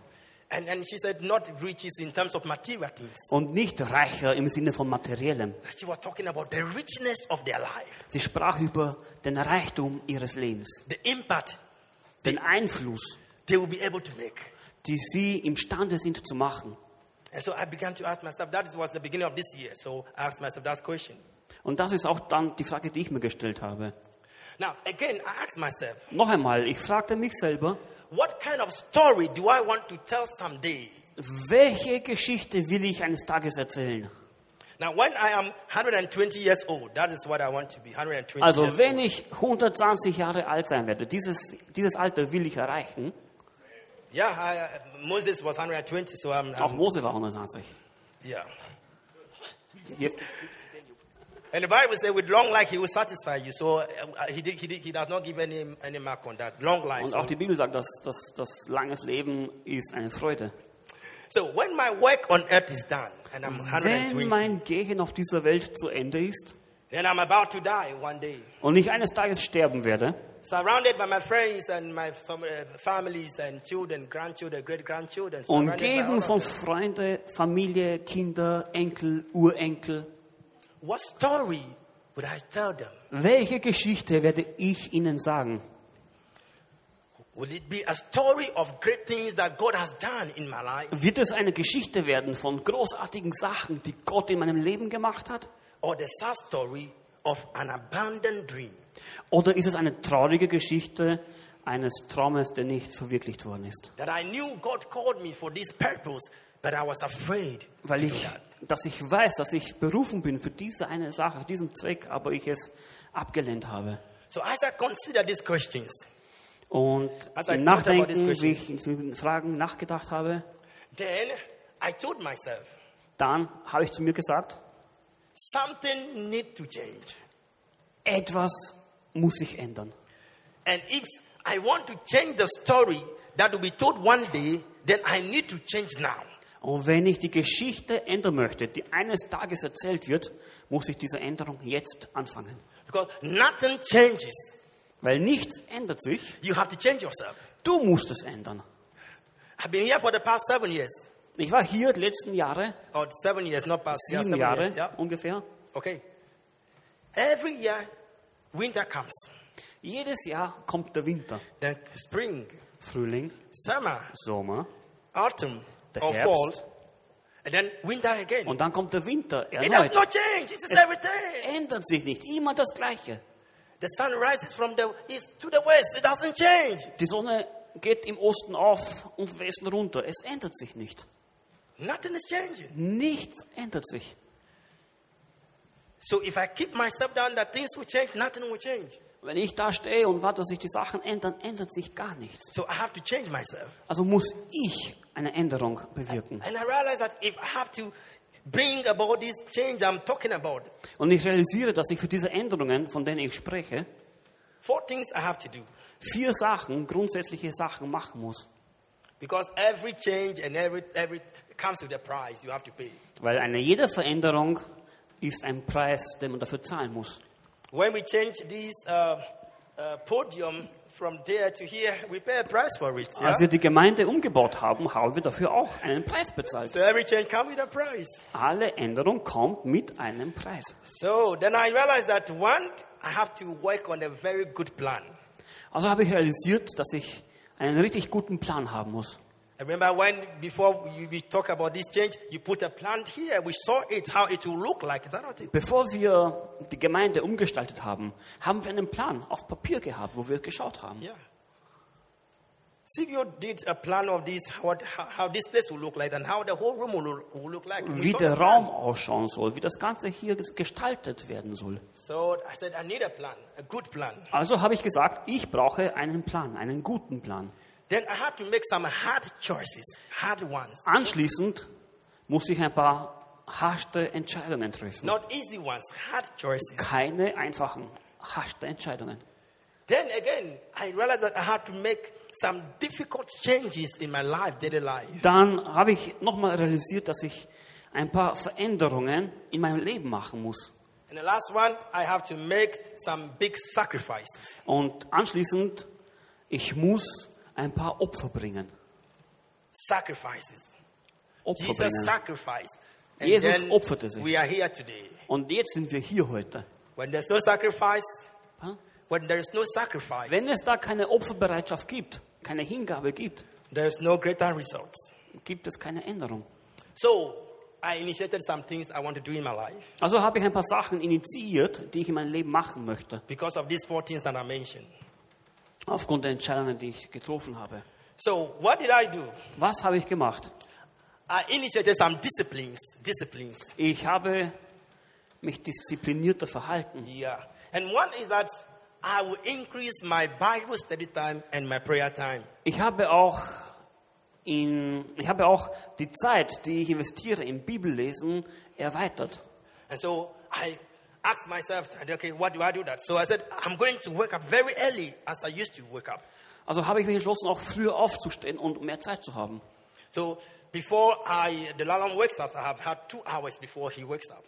[SPEAKER 1] And, and she said, not riches in terms of material things.
[SPEAKER 2] und nicht reicher im Sinne von materiellem.
[SPEAKER 1] She was talking about the richness of their life,
[SPEAKER 2] Sie sprach über den Reichtum ihres Lebens,
[SPEAKER 1] the impact
[SPEAKER 2] den Einfluss,
[SPEAKER 1] they will be able to make.
[SPEAKER 2] die sie imstande sind zu machen.
[SPEAKER 1] And so I began to ask myself, that was the beginning of this year. So I asked myself that question.
[SPEAKER 2] Und das ist auch dann die Frage, die ich mir gestellt habe.
[SPEAKER 1] Now, again, I asked myself,
[SPEAKER 2] Noch einmal, ich fragte mich selber,
[SPEAKER 1] what kind of story do I want to tell someday?
[SPEAKER 2] welche Geschichte will ich eines Tages erzählen?
[SPEAKER 1] Now, when I am 120 years old, that is what I want to be 120
[SPEAKER 2] Also,
[SPEAKER 1] years
[SPEAKER 2] wenn
[SPEAKER 1] old.
[SPEAKER 2] ich 120 Jahre alt sein werde, dieses, dieses Alter will ich erreichen.
[SPEAKER 1] Yeah, I, uh, Moses was 120, so I'm.
[SPEAKER 2] Auch
[SPEAKER 1] I'm
[SPEAKER 2] Mose war 120.
[SPEAKER 1] yeah.
[SPEAKER 2] Jetzt-
[SPEAKER 1] And the Bible says, with long life, he will satisfy you. So uh, uh, he, did, he, did, he does not give any, any mark on that. Long life.
[SPEAKER 2] Und auch
[SPEAKER 1] So,
[SPEAKER 2] die Bibel sagt, dass, dass, dass langes Leben ist eine Freude.
[SPEAKER 1] so when my work on earth is done, and I'm 120,
[SPEAKER 2] Wenn mein Gehen auf dieser Welt zu Ende ist
[SPEAKER 1] then I'm about to die one day.
[SPEAKER 2] und ich eines Tages sterben werde,
[SPEAKER 1] Surrounded by my friends and my fam- uh, families and children, grandchildren, great grandchildren.
[SPEAKER 2] Umgeben von Freunde, Familie, Kinder, Enkel, Urenkel.
[SPEAKER 1] What story would I tell them?
[SPEAKER 2] Welche Geschichte werde ich ihnen sagen?
[SPEAKER 1] Will it be a story of great things that God has done in my life?
[SPEAKER 2] Wird es eine Geschichte werden von großartigen Sachen, die Gott in meinem Leben gemacht hat?
[SPEAKER 1] Or the sad story of an abandoned dream?
[SPEAKER 2] Oder ist es eine traurige Geschichte eines Traumes, der nicht verwirklicht worden ist?
[SPEAKER 1] That I knew God called me for this purpose, but I was afraid.
[SPEAKER 2] Weil ich, dass ich weiß, dass ich berufen bin für diese eine Sache, diesen Zweck, aber ich es abgelehnt habe.
[SPEAKER 1] So as I consider these questions,
[SPEAKER 2] Und
[SPEAKER 1] As I
[SPEAKER 2] im
[SPEAKER 1] thought about this
[SPEAKER 2] Nachdenken, wie ich zu den Fragen nachgedacht habe,
[SPEAKER 1] then I told myself,
[SPEAKER 2] dann habe ich zu mir gesagt,
[SPEAKER 1] something need to change.
[SPEAKER 2] etwas muss sich ändern.
[SPEAKER 1] And if I want to change the story that will be told one day, then I need to change now.
[SPEAKER 2] Und wenn ich die Geschichte ändern möchte, die eines Tages erzählt wird, muss ich diese Änderung jetzt anfangen.
[SPEAKER 1] Because nothing changes.
[SPEAKER 2] Weil nichts ändert sich,
[SPEAKER 1] You have to change yourself.
[SPEAKER 2] du musst es ändern.
[SPEAKER 1] I've been here for the past seven years.
[SPEAKER 2] Ich war hier die letzten Jahre,
[SPEAKER 1] Or seven years, not past. yeah,
[SPEAKER 2] sieben
[SPEAKER 1] seven
[SPEAKER 2] Jahre
[SPEAKER 1] Years, yeah.
[SPEAKER 2] ungefähr.
[SPEAKER 1] Okay. Every year, winter comes,
[SPEAKER 2] Jedes Jahr kommt der Winter,
[SPEAKER 1] then spring,
[SPEAKER 2] Frühling,
[SPEAKER 1] summer,
[SPEAKER 2] Sommer
[SPEAKER 1] autumn,
[SPEAKER 2] The
[SPEAKER 1] or
[SPEAKER 2] herbst.
[SPEAKER 1] fall, and then winter again.
[SPEAKER 2] und dann kommt der Winter
[SPEAKER 1] It does
[SPEAKER 2] erneut.
[SPEAKER 1] not change. It is
[SPEAKER 2] Es-
[SPEAKER 1] everything.
[SPEAKER 2] Ändert sich nicht, immer das Gleiche.
[SPEAKER 1] The sun rises from the east to the west. It doesn't change.
[SPEAKER 2] Die Sonne geht im Osten auf und im Westen runter. Es ändert sich nicht.
[SPEAKER 1] Nothing is changing.
[SPEAKER 2] Nichts ändert sich.
[SPEAKER 1] So if I keep myself down that things will change, nothing will change.
[SPEAKER 2] Wenn ich da stehe und warte, dass sich die Sachen ändern, ändert sich gar nichts.
[SPEAKER 1] So I have to change myself.
[SPEAKER 2] Also muss ich eine Änderung bewirken.
[SPEAKER 1] And I realize that if I have to bring about this change I'm talking about,
[SPEAKER 2] Und ich realisiere, dass ich für diese Änderungen, von denen ich spreche,
[SPEAKER 1] four things I have to do.
[SPEAKER 2] vier Sachen, grundsätzliche Sachen machen muss.
[SPEAKER 1] Because every change and every every comes with a price you have to pay.
[SPEAKER 2] Weil eine jede Veränderung ist ein Preis, den man dafür zahlen muss.
[SPEAKER 1] When we change this uh, uh, podium from there to here, we pay a price for it. yeah?
[SPEAKER 2] Als wir die Gemeinde umgebaut haben, haben wir dafür auch einen Preis bezahlt.
[SPEAKER 1] So every change comes with a price.
[SPEAKER 2] Alle Änderung kommt mit einem Preis.
[SPEAKER 1] So then I realized that one, I have to work on a very good plan.
[SPEAKER 2] Also habe ich realisiert, dass ich einen richtig guten Plan haben muss.
[SPEAKER 1] I Remember when before you, we talk about this change, you put a plant here. We saw it how it will look like. Is that not it?
[SPEAKER 2] Bevor wir die Gemeinde umgestaltet haben, haben wir einen Plan auf Papier gehabt, wo wir geschaut haben.
[SPEAKER 1] Yeah. CBO did a plan of this, what, how, how this place will look like, and how the whole room will, look- will look like. We
[SPEAKER 2] Wie
[SPEAKER 1] saw
[SPEAKER 2] der
[SPEAKER 1] the plan.
[SPEAKER 2] Raum ausschauen soll, wie das Ganze hier ges- gestaltet werden soll.
[SPEAKER 1] So I said, I need a plan, a good plan.
[SPEAKER 2] Also habe ich gesagt, ich brauche einen Plan, einen guten Plan.
[SPEAKER 1] Then I had to make some hard choices, hard ones,
[SPEAKER 2] Anschließend muss ich ein paar harte Entscheidungen treffen.
[SPEAKER 1] not easy ones, hard choices.
[SPEAKER 2] Keine einfachen, harte Entscheidungen.
[SPEAKER 1] Then again, I realized that I had to make some difficult changes in my life, daily life.
[SPEAKER 2] Dann habe ich nochmal realisiert, dass ich ein paar Veränderungen in meinem Leben machen muss.
[SPEAKER 1] And the last one, I have to make some big sacrifices.
[SPEAKER 2] Und anschließend, ich muss ein paar Opfer bringen.
[SPEAKER 1] Sacrifices.
[SPEAKER 2] Opfer
[SPEAKER 1] Jesus
[SPEAKER 2] bringen.
[SPEAKER 1] sacrificed. And
[SPEAKER 2] Jesus
[SPEAKER 1] then
[SPEAKER 2] opferte sich.
[SPEAKER 1] We are here today.
[SPEAKER 2] Und jetzt sind wir hier heute.
[SPEAKER 1] When there's no sacrifice,
[SPEAKER 2] Hm?
[SPEAKER 1] when there is no sacrifice,
[SPEAKER 2] Wenn es da keine Opferbereitschaft gibt, keine Hingabe gibt,
[SPEAKER 1] there is no greater results.
[SPEAKER 2] gibt es keine Änderung.
[SPEAKER 1] So I initiated some things I want to do in my life
[SPEAKER 2] Also habe ich ein paar Sachen initiiert, die ich in meinem Leben machen möchte,
[SPEAKER 1] because of these four things that I mentioned.
[SPEAKER 2] aufgrund der Entscheidungen, die ich getroffen habe.
[SPEAKER 1] So what did I do?
[SPEAKER 2] Was habe ich gemacht?
[SPEAKER 1] I initiated some disciplines. Disciplines.
[SPEAKER 2] Ich habe mich disziplinierter verhalten.
[SPEAKER 1] Yeah. And one is that I will increase my Bible study time and my prayer time.
[SPEAKER 2] Ich habe auch in, ich habe auch die Zeit, die ich investiere im Bibellesen, erweitert.
[SPEAKER 1] And so I asked myself, okay, what do I do that? So I said, I'm going to wake up very early as I used to wake up.
[SPEAKER 2] Also habe ich mich entschlossen, auch früher aufzustehen und mehr Zeit zu haben.
[SPEAKER 1] So before I, the alarm wakes up, I have had two hours before he wakes up.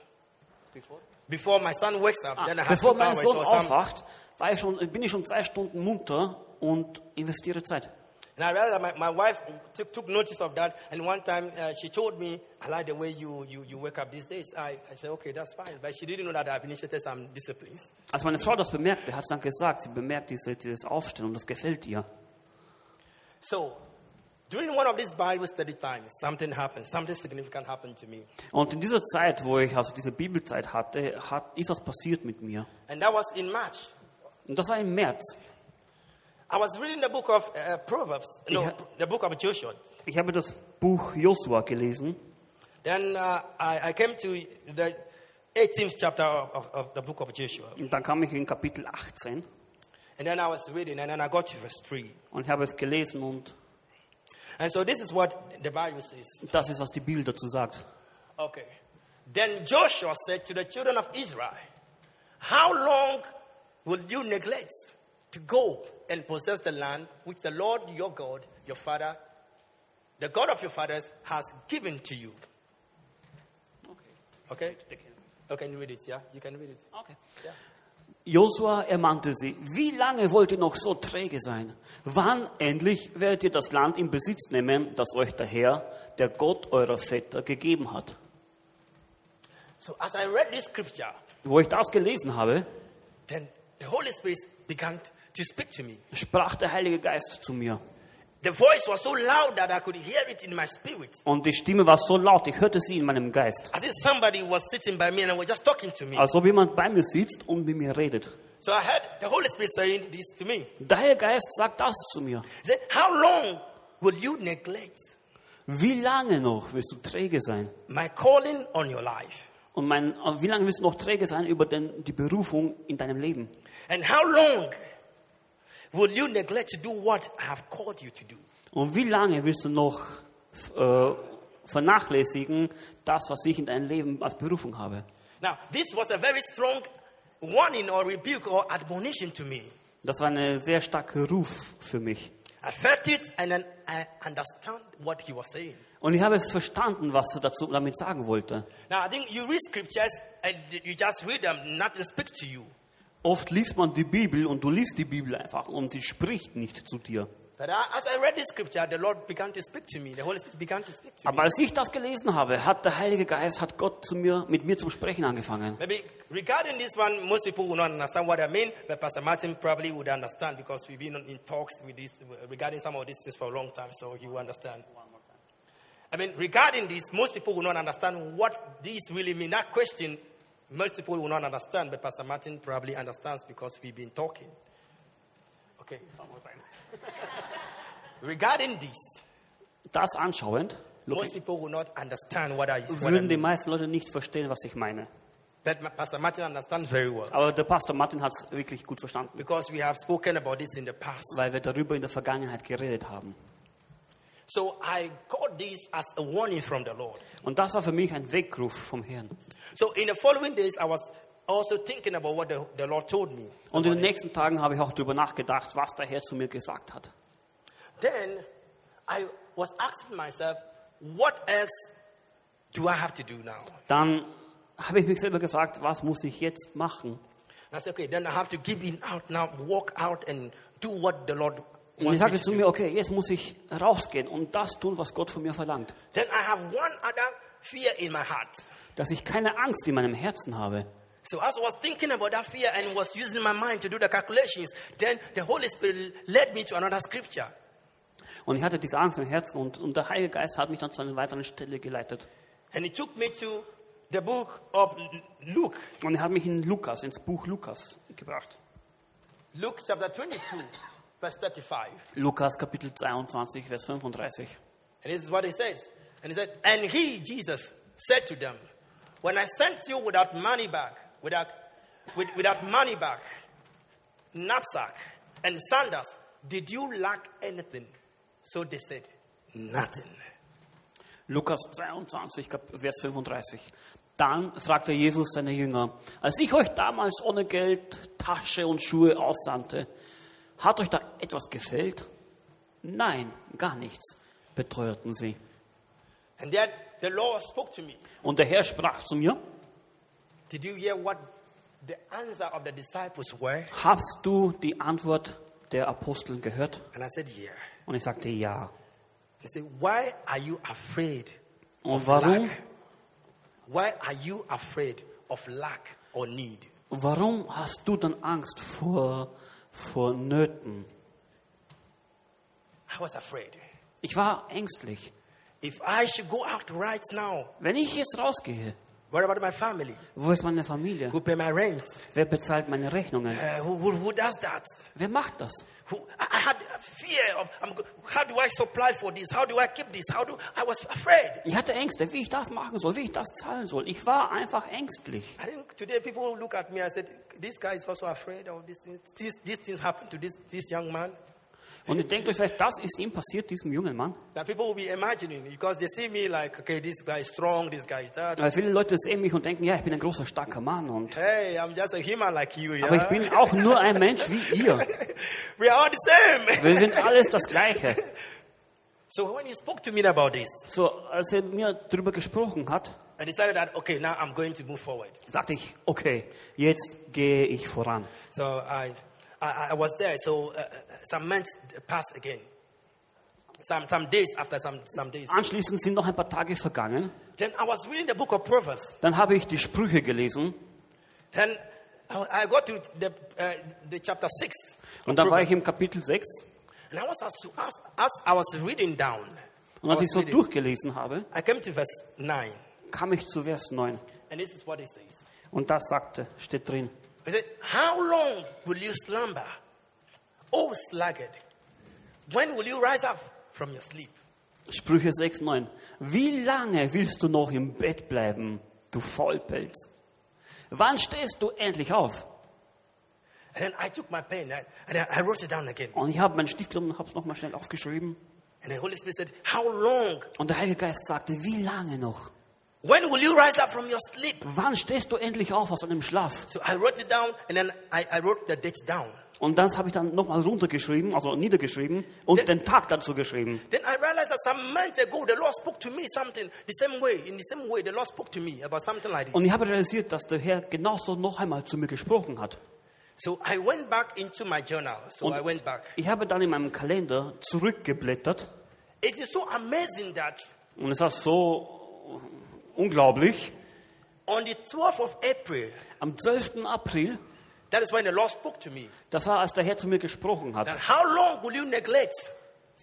[SPEAKER 1] Before my son wakes
[SPEAKER 2] Ah,
[SPEAKER 1] up, then I have
[SPEAKER 2] Bevor
[SPEAKER 1] two
[SPEAKER 2] mein
[SPEAKER 1] hours
[SPEAKER 2] Sohn
[SPEAKER 1] or something.
[SPEAKER 2] aufwacht, war ich schon, bin ich schon zwei Stunden munter und investiere Zeit.
[SPEAKER 1] And I realized that my, my wife took, took notice of that. And one time uh, she told me, I like the way you, you, you wake up these days. I, I said, okay, that's fine. But she didn't know that I've initiated some disciplines.
[SPEAKER 2] Als meine Frau das bemerkte, hat sie dann gesagt, sie bemerkt diese, dieses Aufstehen und das gefällt ihr.
[SPEAKER 1] So during one of these Bible study times, something happened. Something significant happened to me.
[SPEAKER 2] Und in dieser Zeit, wo ich also diese Bibelzeit hatte, hat, ist was passiert mit mir.
[SPEAKER 1] And that was in March.
[SPEAKER 2] Und das war im März.
[SPEAKER 1] I was reading the book of uh, Proverbs, no,
[SPEAKER 2] Yeah.
[SPEAKER 1] the book of Joshua.
[SPEAKER 2] Ich habe das Buch Josua gelesen
[SPEAKER 1] Then uh, I, I came to the 18th chapter of, of, of the book of Joshua.
[SPEAKER 2] und dann kam ich in Kapitel 18
[SPEAKER 1] And then I was reading, and then I got to verse 3.
[SPEAKER 2] und ich habe es gelesen und
[SPEAKER 1] And so this is what the Bible says.
[SPEAKER 2] das ist, was die Bibel dazu sagt.
[SPEAKER 1] Okay. Then Joshua said to the children of Israel, How long will you neglect to go and possess the land which the Lord your God, your father, the God of your fathers, has given to you? Okay? Okay, can you read it? Yeah, you can read it.
[SPEAKER 2] Okay.
[SPEAKER 1] Ja.
[SPEAKER 2] Josua ermahnte sie, wie lange wollt ihr noch so träge sein? Wann endlich werdet ihr das Land in Besitz nehmen, das euch der Herr, der Gott eurer Väter, gegeben hat?
[SPEAKER 1] So as I read this scripture,
[SPEAKER 2] Wo ich das gelesen habe,
[SPEAKER 1] then the Holy Spirit began to speak to me.
[SPEAKER 2] sprach der Heilige Geist zu mir.
[SPEAKER 1] The voice was so loud that I could hear it in my spirit.
[SPEAKER 2] Und die Stimme war so laut, ich hörte sie in meinem Geist.
[SPEAKER 1] As if somebody was sitting by me and was just talking to me.
[SPEAKER 2] Als ob jemand bei mir sitzt und mit mir redet.
[SPEAKER 1] So I heard the Holy Spirit saying this to me.
[SPEAKER 2] Der Heilige Geist sagt das zu mir.
[SPEAKER 1] He said, How long will you neglect
[SPEAKER 2] Wie lange noch willst du träge sein?
[SPEAKER 1] my calling on your life?
[SPEAKER 2] Und mein, äh, wie lange willst du noch träge sein über den, die Berufung in deinem Leben?
[SPEAKER 1] And how long will you neglect to do what I have called you to do?
[SPEAKER 2] Und wie lange willst du noch äh, vernachlässigen das, was ich in deinem Leben als Berufung habe?
[SPEAKER 1] Now, this was a very strong warning or rebuke or admonition to me.
[SPEAKER 2] Das war ein sehr starker Ruf für mich.
[SPEAKER 1] I felt it and then I understand what he was saying.
[SPEAKER 2] Und ich habe es verstanden, was er dazu, damit sagen wollte.
[SPEAKER 1] Now, I think you read scriptures and you just read them, nothing speaks to you.
[SPEAKER 2] Oft liest man die Bibel und du liest die Bibel einfach und sie spricht nicht zu dir.
[SPEAKER 1] But I, as I read this scripture, the Lord began to speak to me. The Holy Spirit began to speak to me.
[SPEAKER 2] Aber als ich das gelesen habe, hat der Heilige Geist, hat Gott zu mir, mit mir zum Sprechen angefangen.
[SPEAKER 1] Maybe regarding this one, most people will not understand what I mean, but Pastor Martin probably would understand because we've been in talks with this, regarding some of these things for a long time, so he will understand. I mean, regarding this, most people will not understand what this really mean. That question, most people will not understand, but Pastor Martin probably understands because we've been talking. Okay. regarding this,
[SPEAKER 2] Das anschauend,
[SPEAKER 1] most people will not understand what I, what I
[SPEAKER 2] würden die
[SPEAKER 1] mean.
[SPEAKER 2] meisten Leute nicht verstehen, was ich meine.
[SPEAKER 1] But Pastor Martin understands very well
[SPEAKER 2] Aber der Pastor Martin hat es wirklich gut verstanden.
[SPEAKER 1] because we have spoken about this in the past.
[SPEAKER 2] weil wir darüber in der Vergangenheit geredet haben.
[SPEAKER 1] So I got this as a warning from the Lord.
[SPEAKER 2] Und das war für mich ein Weckruf vom Herrn.
[SPEAKER 1] So in the following days, I was also thinking about what the, the Lord told me.
[SPEAKER 2] Und in den nächsten Tagen habe ich auch darüber nachgedacht, was der Herr zu mir gesagt hat.
[SPEAKER 1] Then I was asking myself, what else do I have to do now?
[SPEAKER 2] Dann habe ich mich selber gefragt, was muss ich jetzt machen?
[SPEAKER 1] And I said, okay, then I have to give in out now, walk out and do what the Lord
[SPEAKER 2] Und ich
[SPEAKER 1] wants me
[SPEAKER 2] sagte
[SPEAKER 1] to
[SPEAKER 2] zu
[SPEAKER 1] do.
[SPEAKER 2] mir, okay, jetzt muss ich rausgehen und das tun, was Gott von mir verlangt.
[SPEAKER 1] Then I have one other fear in my heart.
[SPEAKER 2] Dass ich keine Angst in meinem Herzen habe.
[SPEAKER 1] So as I was thinking about that fear and was using my mind to do the calculations, then the Holy Spirit led me to another scripture.
[SPEAKER 2] Und ich hatte diese Angst im Herzen und, und der Heilige Geist hat mich dann zu einer weiteren Stelle geleitet.
[SPEAKER 1] And it took me to the book of Luke,
[SPEAKER 2] Und er hat mich in Lukas, ins Buch Lukas gebracht.
[SPEAKER 1] Luke chapter 22, verse 35.
[SPEAKER 2] Lukas Kapitel 22, Vers 35.
[SPEAKER 1] And this is what he says. And he said, And he, Jesus, said to them, When I sent you without money bag, without, with, without money bag, knapsack, and sandals, did you lack anything? So they said, Nothing.
[SPEAKER 2] Lukas 22, Kap- Vers 35. Dann fragte Jesus seine Jünger, als ich euch damals ohne Geld, Tasche und Schuhe aussandte, hat euch da etwas gefällt? Nein, gar nichts, beteuerten sie.
[SPEAKER 1] And then the Lord spoke to me.
[SPEAKER 2] Und der Herr sprach zu mir,
[SPEAKER 1] Did you hear what the answer of the disciples were?
[SPEAKER 2] Hast du die Antwort der Apostel gehört?
[SPEAKER 1] And I said, Yeah.
[SPEAKER 2] Und ich sagte ja.
[SPEAKER 1] He said, Why are you afraid?
[SPEAKER 2] Und warum,
[SPEAKER 1] Lack? Why are you afraid of lack or need?
[SPEAKER 2] warum hast du dann Angst vor, vor Nöten?
[SPEAKER 1] I was afraid.
[SPEAKER 2] Ich war ängstlich.
[SPEAKER 1] If I should go out right now,
[SPEAKER 2] Wenn ich jetzt rausgehe,
[SPEAKER 1] what about my family?
[SPEAKER 2] wo ist meine Familie?
[SPEAKER 1] Who pay my rent?
[SPEAKER 2] Wer bezahlt meine Rechnungen?
[SPEAKER 1] Uh, who, who, who does that?
[SPEAKER 2] Wer macht das?
[SPEAKER 1] Who, I, I had a fear of I'm, go- how do I supply for this? How do I keep this? How do I was afraid?
[SPEAKER 2] Ich hatte Ängste, wie ich das machen soll, wie ich das zahlen soll. Ich war einfach ängstlich.
[SPEAKER 1] I think today people look at me and said, "This guy is also afraid of these things. These, these things happened to this this young man."
[SPEAKER 2] Und ihr denkt euch vielleicht, das ist ihm passiert, diesem jungen Mann.
[SPEAKER 1] Now people will be imagining because they see me like, okay, this guy is strong, this guy is that.
[SPEAKER 2] Weil viele Leute sehen mich und denken, ja, ich bin ein großer, starker Mann. Und,
[SPEAKER 1] Hey, I'm just a human like you.
[SPEAKER 2] aber ich bin
[SPEAKER 1] Yeah?
[SPEAKER 2] auch nur ein Mensch wie ihr.
[SPEAKER 1] we are all the same.
[SPEAKER 2] Wir sind alles das Gleiche.
[SPEAKER 1] So when he spoke to me about this,
[SPEAKER 2] So, als er mir darüber gesprochen hat,
[SPEAKER 1] I decided that okay, now I'm going to move forward.
[SPEAKER 2] sagte ich, okay, jetzt gehe ich voran.
[SPEAKER 1] So I, I, I was there. So uh, uh, some months passed again. Some some days after some some days.
[SPEAKER 2] Anschließend sind noch ein paar Tage vergangen.
[SPEAKER 1] Then I was reading the book of Proverbs.
[SPEAKER 2] Dann habe ich die Sprüche gelesen.
[SPEAKER 1] Then I, I got to the uh, the chapter six. of
[SPEAKER 2] Und dann war
[SPEAKER 1] Proverbs.
[SPEAKER 2] ich im Kapitel 6.
[SPEAKER 1] And I was as, as, as I was reading down. I,
[SPEAKER 2] Und als
[SPEAKER 1] was
[SPEAKER 2] ich so
[SPEAKER 1] reading,
[SPEAKER 2] durchgelesen habe,
[SPEAKER 1] I came to verse nine,
[SPEAKER 2] kam ich zu Vers 9.
[SPEAKER 1] and this is what it says.
[SPEAKER 2] Und das sagte, steht drin,
[SPEAKER 1] He said, How long will you slumber, O sluggard? When will you rise up from your sleep?
[SPEAKER 2] Sprüche 6, 9. Wie lange willst du noch im Bett bleiben, du Faulpelz? Wann stehst du endlich auf?
[SPEAKER 1] And then I took my pen I- and I, I wrote it down again.
[SPEAKER 2] Und ich habe meinen Stift genommen und habe es nochmal schnell aufgeschrieben.
[SPEAKER 1] And the Holy Spirit said, How long?
[SPEAKER 2] Und der Heilige Geist sagte, wie lange noch?
[SPEAKER 1] When will you rise up from your sleep?
[SPEAKER 2] Wann stehst du endlich auf aus deinem Schlaf?
[SPEAKER 1] So I wrote it down and then I, I wrote the date down.
[SPEAKER 2] Und das habe ich dann nochmal runtergeschrieben, also niedergeschrieben und den Tag dazu geschrieben.
[SPEAKER 1] Then I realized that some months ago, the Lord spoke to me something the same way. In the same way, the Lord spoke to me about something like this.
[SPEAKER 2] Und ich habe realisiert, dass der Herr genauso noch einmal zu mir gesprochen hat.
[SPEAKER 1] So I went back into my journal. So
[SPEAKER 2] Und-
[SPEAKER 1] I went back.
[SPEAKER 2] Ich habe dann in meinem Kalender zurückgeblättert
[SPEAKER 1] It is so amazing that
[SPEAKER 2] und es war so unglaublich.
[SPEAKER 1] on the 12th of April,
[SPEAKER 2] Am 12. April,
[SPEAKER 1] that is when the Lord spoke to me.
[SPEAKER 2] das war, als der Herr zu mir gesprochen
[SPEAKER 1] That
[SPEAKER 2] hat,
[SPEAKER 1] how long will you neglect?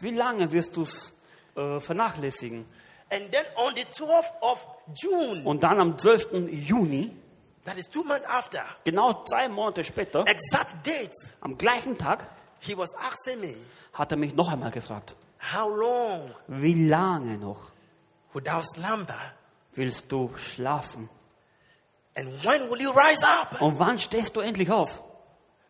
[SPEAKER 2] wie lange wirst du es äh, vernachlässigen?
[SPEAKER 1] And then on the 12th of June,
[SPEAKER 2] Und dann am 12. Juni,
[SPEAKER 1] that is two months after,
[SPEAKER 2] genau zwei Monate später,
[SPEAKER 1] exact date,
[SPEAKER 2] am gleichen Tag,
[SPEAKER 1] he was asking me,
[SPEAKER 2] hat er mich noch einmal gefragt,
[SPEAKER 1] How long
[SPEAKER 2] wie lange noch
[SPEAKER 1] will thou slumber?
[SPEAKER 2] willst du schlafen?
[SPEAKER 1] And when will you rise up?
[SPEAKER 2] Und wann stehst du endlich auf?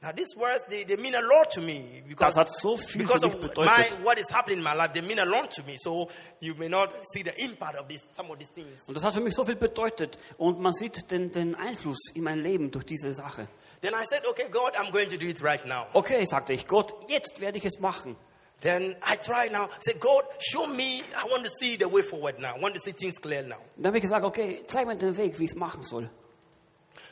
[SPEAKER 1] Now, these words, they, they mean a lot to me. Because,
[SPEAKER 2] Das hat so viel
[SPEAKER 1] because
[SPEAKER 2] für
[SPEAKER 1] of
[SPEAKER 2] mich
[SPEAKER 1] my,
[SPEAKER 2] bedeutet.
[SPEAKER 1] what is happening in my life, they mean a lot to me. So you may not see the impact of this, some of these things.
[SPEAKER 2] Und das hat für mich so viel bedeutet. Und man sieht den, den Einfluss in mein Leben durch diese Sache.
[SPEAKER 1] Then I said, okay, God, I'm going to do it right now.
[SPEAKER 2] Okay, sagte ich, Gott, jetzt werde ich es machen.
[SPEAKER 1] Then I try now. Say, God, show me. I want to see the way forward now. I want to see things clear now.
[SPEAKER 2] Und dann habe ich gesagt, okay, zeig mir den Weg, wie ich es machen soll.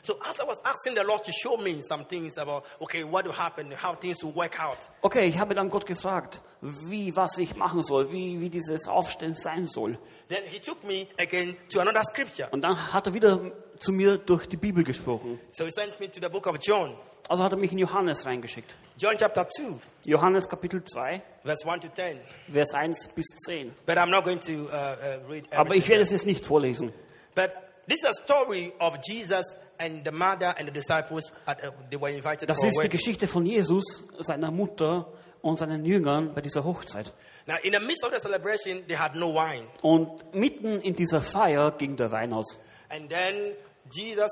[SPEAKER 1] So as I was asking the Lord to show me some things about, okay, what will happen, how things will work out.
[SPEAKER 2] Okay, ich habe dann Gott gefragt, wie, was ich machen soll, wie, wie dieses Aufstellen sein soll.
[SPEAKER 1] Then he took me again to another scripture.
[SPEAKER 2] Und dann hat er wieder zu mir durch die Bibel gesprochen.
[SPEAKER 1] So he sent me to the book of John.
[SPEAKER 2] Also hat er mich in Johannes reingeschickt.
[SPEAKER 1] John chapter 2,
[SPEAKER 2] Johannes Kapitel 2,
[SPEAKER 1] verse 1 to 10.
[SPEAKER 2] Vers 1 bis 10.
[SPEAKER 1] But I'm not going to uh, uh, read
[SPEAKER 2] Aber ich
[SPEAKER 1] everything.
[SPEAKER 2] werde es jetzt nicht vorlesen.
[SPEAKER 1] But this is a story of Jesus and the mother and the disciples. At, uh, they were invited
[SPEAKER 2] Das
[SPEAKER 1] for a
[SPEAKER 2] ist die
[SPEAKER 1] wedding.
[SPEAKER 2] Geschichte von Jesus, seiner Mutter und seinen Jüngern bei dieser Hochzeit.
[SPEAKER 1] Now, in the midst of the celebration, they had no wine.
[SPEAKER 2] Und mitten in dieser Feier ging der Wein aus.
[SPEAKER 1] And then Jesus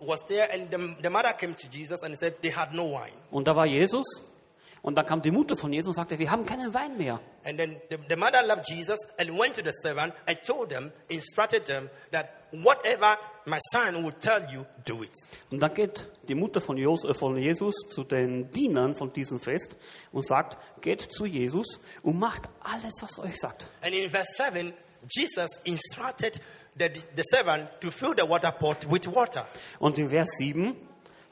[SPEAKER 1] was there, and the, the mother came to Jesus and said they had no wine.
[SPEAKER 2] Und da war Jesus. Und dann kam die Mutter von Jesus und sagte, wir haben keinen Wein mehr.
[SPEAKER 1] And then the, the mother loved Jesus and went to the servant and told them, instructed them that whatever my son will tell you, do it.
[SPEAKER 2] Und dann geht die Mutter von, Jos äh, von Jesus zu den Dienern von diesem Fest und sagt, geht zu Jesus und macht alles, was er euch sagt.
[SPEAKER 1] And in verse 7, Jesus instructed the, the servant to fill the water pot with water.
[SPEAKER 2] Und in Vers 7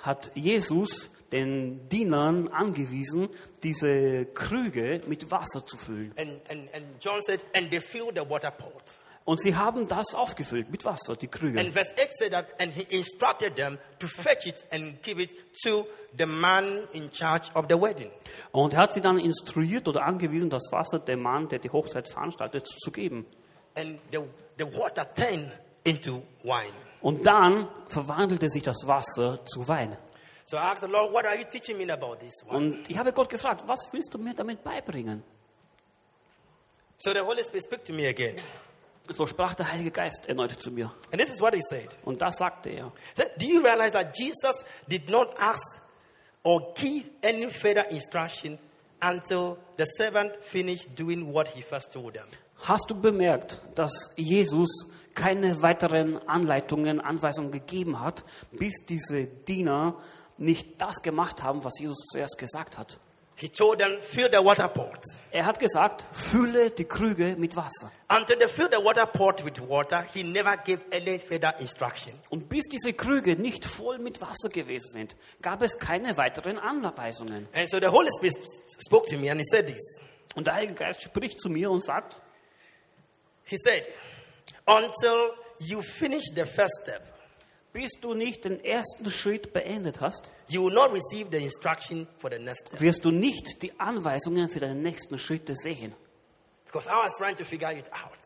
[SPEAKER 2] hat Jesus den Dienern angewiesen, diese Krüge mit Wasser zu füllen.
[SPEAKER 1] And, and, and John said, and they filled the water pot.
[SPEAKER 2] Und sie haben das aufgefüllt mit Wasser, die
[SPEAKER 1] And
[SPEAKER 2] Krüge.
[SPEAKER 1] verse 8 said that, and he instructed them to fetch it and give it to the man in charge of the wedding.
[SPEAKER 2] Und er hat sie dann instruiert oder angewiesen, das Wasser dem Mann, der die Hochzeit veranstaltet, zu geben.
[SPEAKER 1] And the, the water turned into wine.
[SPEAKER 2] Und dann verwandelte sich das Wasser zu Wein.
[SPEAKER 1] So I asked the Lord, what are you teaching me about this one?
[SPEAKER 2] Und ich habe Gott gefragt, was willst du mir damit beibringen?
[SPEAKER 1] So the Holy Spirit spoke to me again.
[SPEAKER 2] So sprach der Heilige Geist erneut zu mir.
[SPEAKER 1] And this is what he said.
[SPEAKER 2] Und das sagte er.
[SPEAKER 1] He said, Do you realize that Jesus did not ask or give any further instruction until the servant finished doing what he first told them?
[SPEAKER 2] Hast du bemerkt, dass Jesus keine weiteren Anleitungen, Anweisungen gegeben hat, bis diese Diener nicht das gemacht haben, was Jesus zuerst gesagt hat?
[SPEAKER 1] He told them, Fill the water pot.
[SPEAKER 2] Er hat gesagt, fülle die Krüge mit Wasser.
[SPEAKER 1] Until they filled the water pot with water, he never gave any further instruction.
[SPEAKER 2] Und bis diese Krüge nicht voll mit Wasser gewesen sind, gab es keine weiteren Anweisungen.
[SPEAKER 1] And so the Holy Spirit spoke to me and he said this.
[SPEAKER 2] Und der Heilige Geist spricht zu mir und sagt,
[SPEAKER 1] He said, Until you finish the first step,
[SPEAKER 2] bis du nicht den ersten Schritt beendet hast,
[SPEAKER 1] you will not receive the instruction for the next step.
[SPEAKER 2] wirst du nicht die Anweisungen für deine nächsten Schritte sehen.
[SPEAKER 1] Because I was trying to figure it out.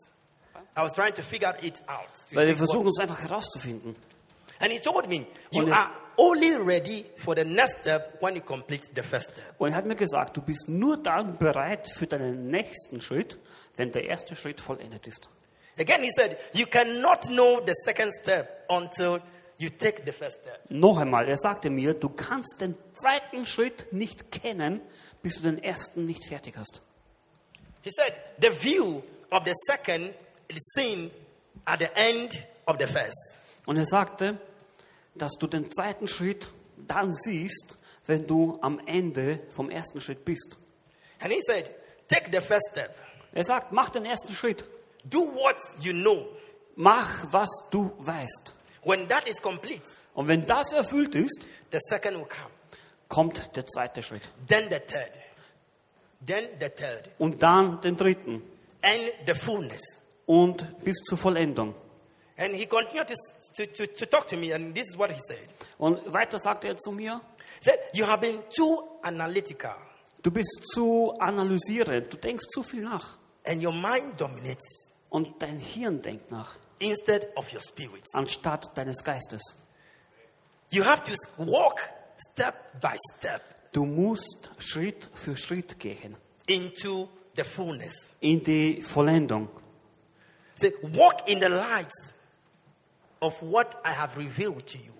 [SPEAKER 1] I was trying to figure it out. to
[SPEAKER 2] Weil wir
[SPEAKER 1] see what-
[SPEAKER 2] versuchen es einfach herauszufinden.
[SPEAKER 1] And he told me, You
[SPEAKER 2] Und es-
[SPEAKER 1] are only ready for the next step when you complete the first step.
[SPEAKER 2] Und er hat mir gesagt, du bist nur dann bereit für deinen nächsten Schritt, wenn der erste Schritt vollendet ist.
[SPEAKER 1] Again, he said, You cannot know the second step until you take the first step.
[SPEAKER 2] Noch einmal, er sagte mir, du kannst den zweiten Schritt nicht kennen, bis du den ersten nicht fertig hast.
[SPEAKER 1] He said, The view of the second is seen at the end of the first.
[SPEAKER 2] Und er sagte, dass du den zweiten Schritt dann siehst, wenn du am Ende vom ersten Schritt bist.
[SPEAKER 1] And he said, Take the first step.
[SPEAKER 2] Er sagt, mach den ersten Schritt.
[SPEAKER 1] Do what you know.
[SPEAKER 2] Mach, was du weißt.
[SPEAKER 1] When that is complete,
[SPEAKER 2] Und wenn das erfüllt ist,
[SPEAKER 1] the second will come.
[SPEAKER 2] kommt der zweite Schritt.
[SPEAKER 1] Then the third. Then the third.
[SPEAKER 2] Und dann den dritten.
[SPEAKER 1] And the fullness.
[SPEAKER 2] Und bis zur Vollendung.
[SPEAKER 1] And he continued to, to, to, to talk to me, and this is what he said.
[SPEAKER 2] Und weiter sagte er zu mir,
[SPEAKER 1] He said, You have been too analytical,
[SPEAKER 2] du bist zu analysierend, du denkst zu viel nach.
[SPEAKER 1] and your mind dominates
[SPEAKER 2] Und dein Hirn denkt nach,
[SPEAKER 1] instead of your spirit.
[SPEAKER 2] anstatt deines Geistes.
[SPEAKER 1] You have to walk step by step
[SPEAKER 2] Du musst Schritt für Schritt gehen.
[SPEAKER 1] into the fullness.
[SPEAKER 2] in die Vollendung.
[SPEAKER 1] Say, walk in the light of what I have revealed to you.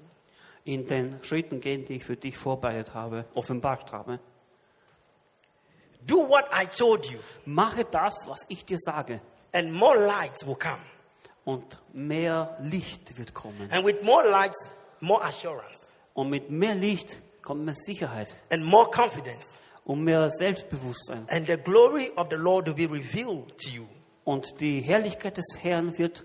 [SPEAKER 2] In den Schritten gehen, die ich für dich vorbereitet habe, offenbart habe.
[SPEAKER 1] Do what I told you,
[SPEAKER 2] Mache das, was ich dir sage.
[SPEAKER 1] and more light will come.
[SPEAKER 2] Und mehr Licht wird kommen.
[SPEAKER 1] And with more light, more assurance,
[SPEAKER 2] Und mit mehr Licht kommt mehr Sicherheit
[SPEAKER 1] and more confidence.
[SPEAKER 2] und mehr Selbstbewusstsein.
[SPEAKER 1] And the glory of the Lord will be revealed to you.
[SPEAKER 2] Und die Herrlichkeit des Herrn wird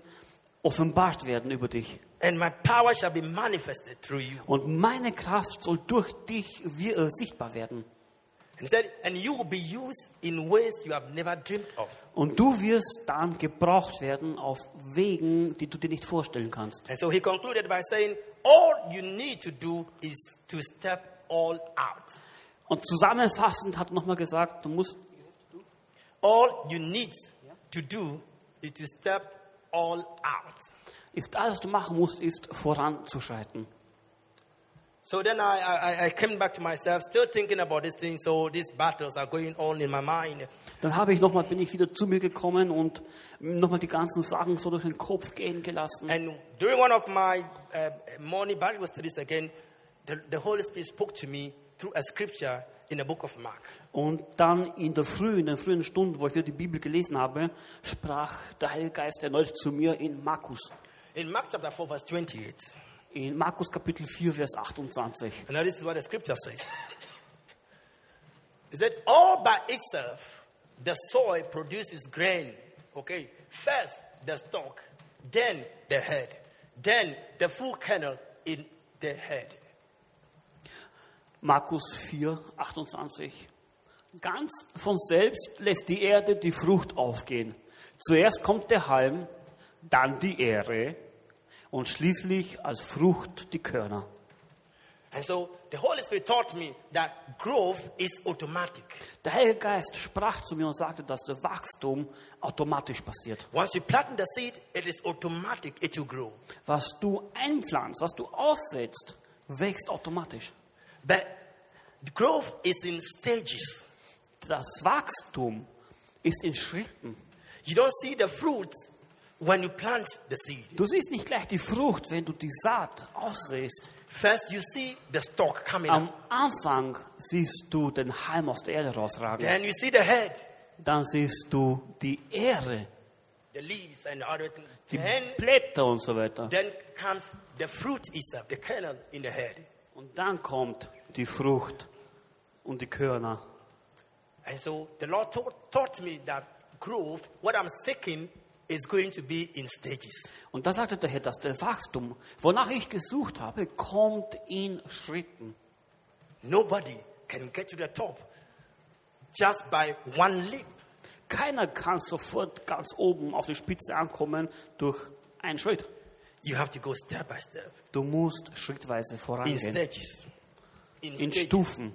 [SPEAKER 2] offenbart werden über dich.
[SPEAKER 1] And my power shall be manifested through you.
[SPEAKER 2] Und meine Kraft soll durch dich wir, äh, sichtbar werden.
[SPEAKER 1] And he said, and you will be used in ways you have never dreamed of.
[SPEAKER 2] Und du wirst dann gebraucht werden auf Wegen, die du dir nicht vorstellen kannst.
[SPEAKER 1] And so he concluded by saying, all you need to do is to step all out.
[SPEAKER 2] Und zusammenfassend hat er nochmal gesagt, du musst
[SPEAKER 1] All you need to do is to step all out.
[SPEAKER 2] ist alles, was du machen musst, ist voranzuschreiten.
[SPEAKER 1] So then I, I, I- I came back to myself, still thinking about this thing. So these battles are going on in my mind.
[SPEAKER 2] Dann habe ich nochmal, bin ich wieder zu mir gekommen und nochmal die ganzen Sachen so durch den Kopf gehen gelassen.
[SPEAKER 1] And during one of my uh, morning Bible studies again, the, the Holy Spirit spoke to me through a scripture in the book of Mark.
[SPEAKER 2] Und dann in der Früh, in den frühen Stunden, wo ich wieder die Bibel gelesen habe, sprach der Heilige Geist erneut zu mir in Markus.
[SPEAKER 1] In Mark chapter 4, verse 28.
[SPEAKER 2] In Markus Kapitel 4, Vers 28.
[SPEAKER 1] And now this is what the scripture says. It said, all by itself, the soil produces grain. Okay. First, the stalk, then the head, then the full kernel in the head.
[SPEAKER 2] Markus 4, 28. Ganz von selbst lässt die Erde die Frucht aufgehen. Zuerst kommt der Halm, dann die Ähre und schließlich als Frucht die Körner.
[SPEAKER 1] And so the Holy Spirit taught me that growth is automatic.
[SPEAKER 2] Der Heilige Geist sprach zu mir und sagte, dass der Wachstum automatisch passiert.
[SPEAKER 1] Once you plant the seed, it is automatic, it will grow.
[SPEAKER 2] Was du einpflanzt, was du aussetzt, wächst automatisch.
[SPEAKER 1] But growth is in stages.
[SPEAKER 2] Das Wachstum ist in Schritten.
[SPEAKER 1] You don't see the fruits when you plant the seed.
[SPEAKER 2] Du siehst nicht gleich die Frucht, wenn du die Saat aussäst.
[SPEAKER 1] First, you see the stalk coming up.
[SPEAKER 2] Am Anfang siehst du den Halm aus der Erde rausragen.
[SPEAKER 1] Then you see the head,
[SPEAKER 2] Dann siehst du die Ähre,
[SPEAKER 1] the leaves, and other things.
[SPEAKER 2] die
[SPEAKER 1] Then,
[SPEAKER 2] Blätter und so weiter.
[SPEAKER 1] then comes the fruit itself, the kernel in the head.
[SPEAKER 2] Und dann kommt die Frucht und die Körner.
[SPEAKER 1] And so the Lord taught, taught me that growth, what I'm seeking, is going to be in stages.
[SPEAKER 2] Und da sagte der Herr, dass der Wachstum, wonach ich gesucht habe, kommt in Schritten.
[SPEAKER 1] Nobody can get to the top just by one leap.
[SPEAKER 2] Keiner kann sofort ganz oben auf die Spitze ankommen durch einen Schritt.
[SPEAKER 1] You have to go step by step,
[SPEAKER 2] Du musst schrittweise
[SPEAKER 1] in
[SPEAKER 2] vorangehen.
[SPEAKER 1] stages.
[SPEAKER 2] In Stufen.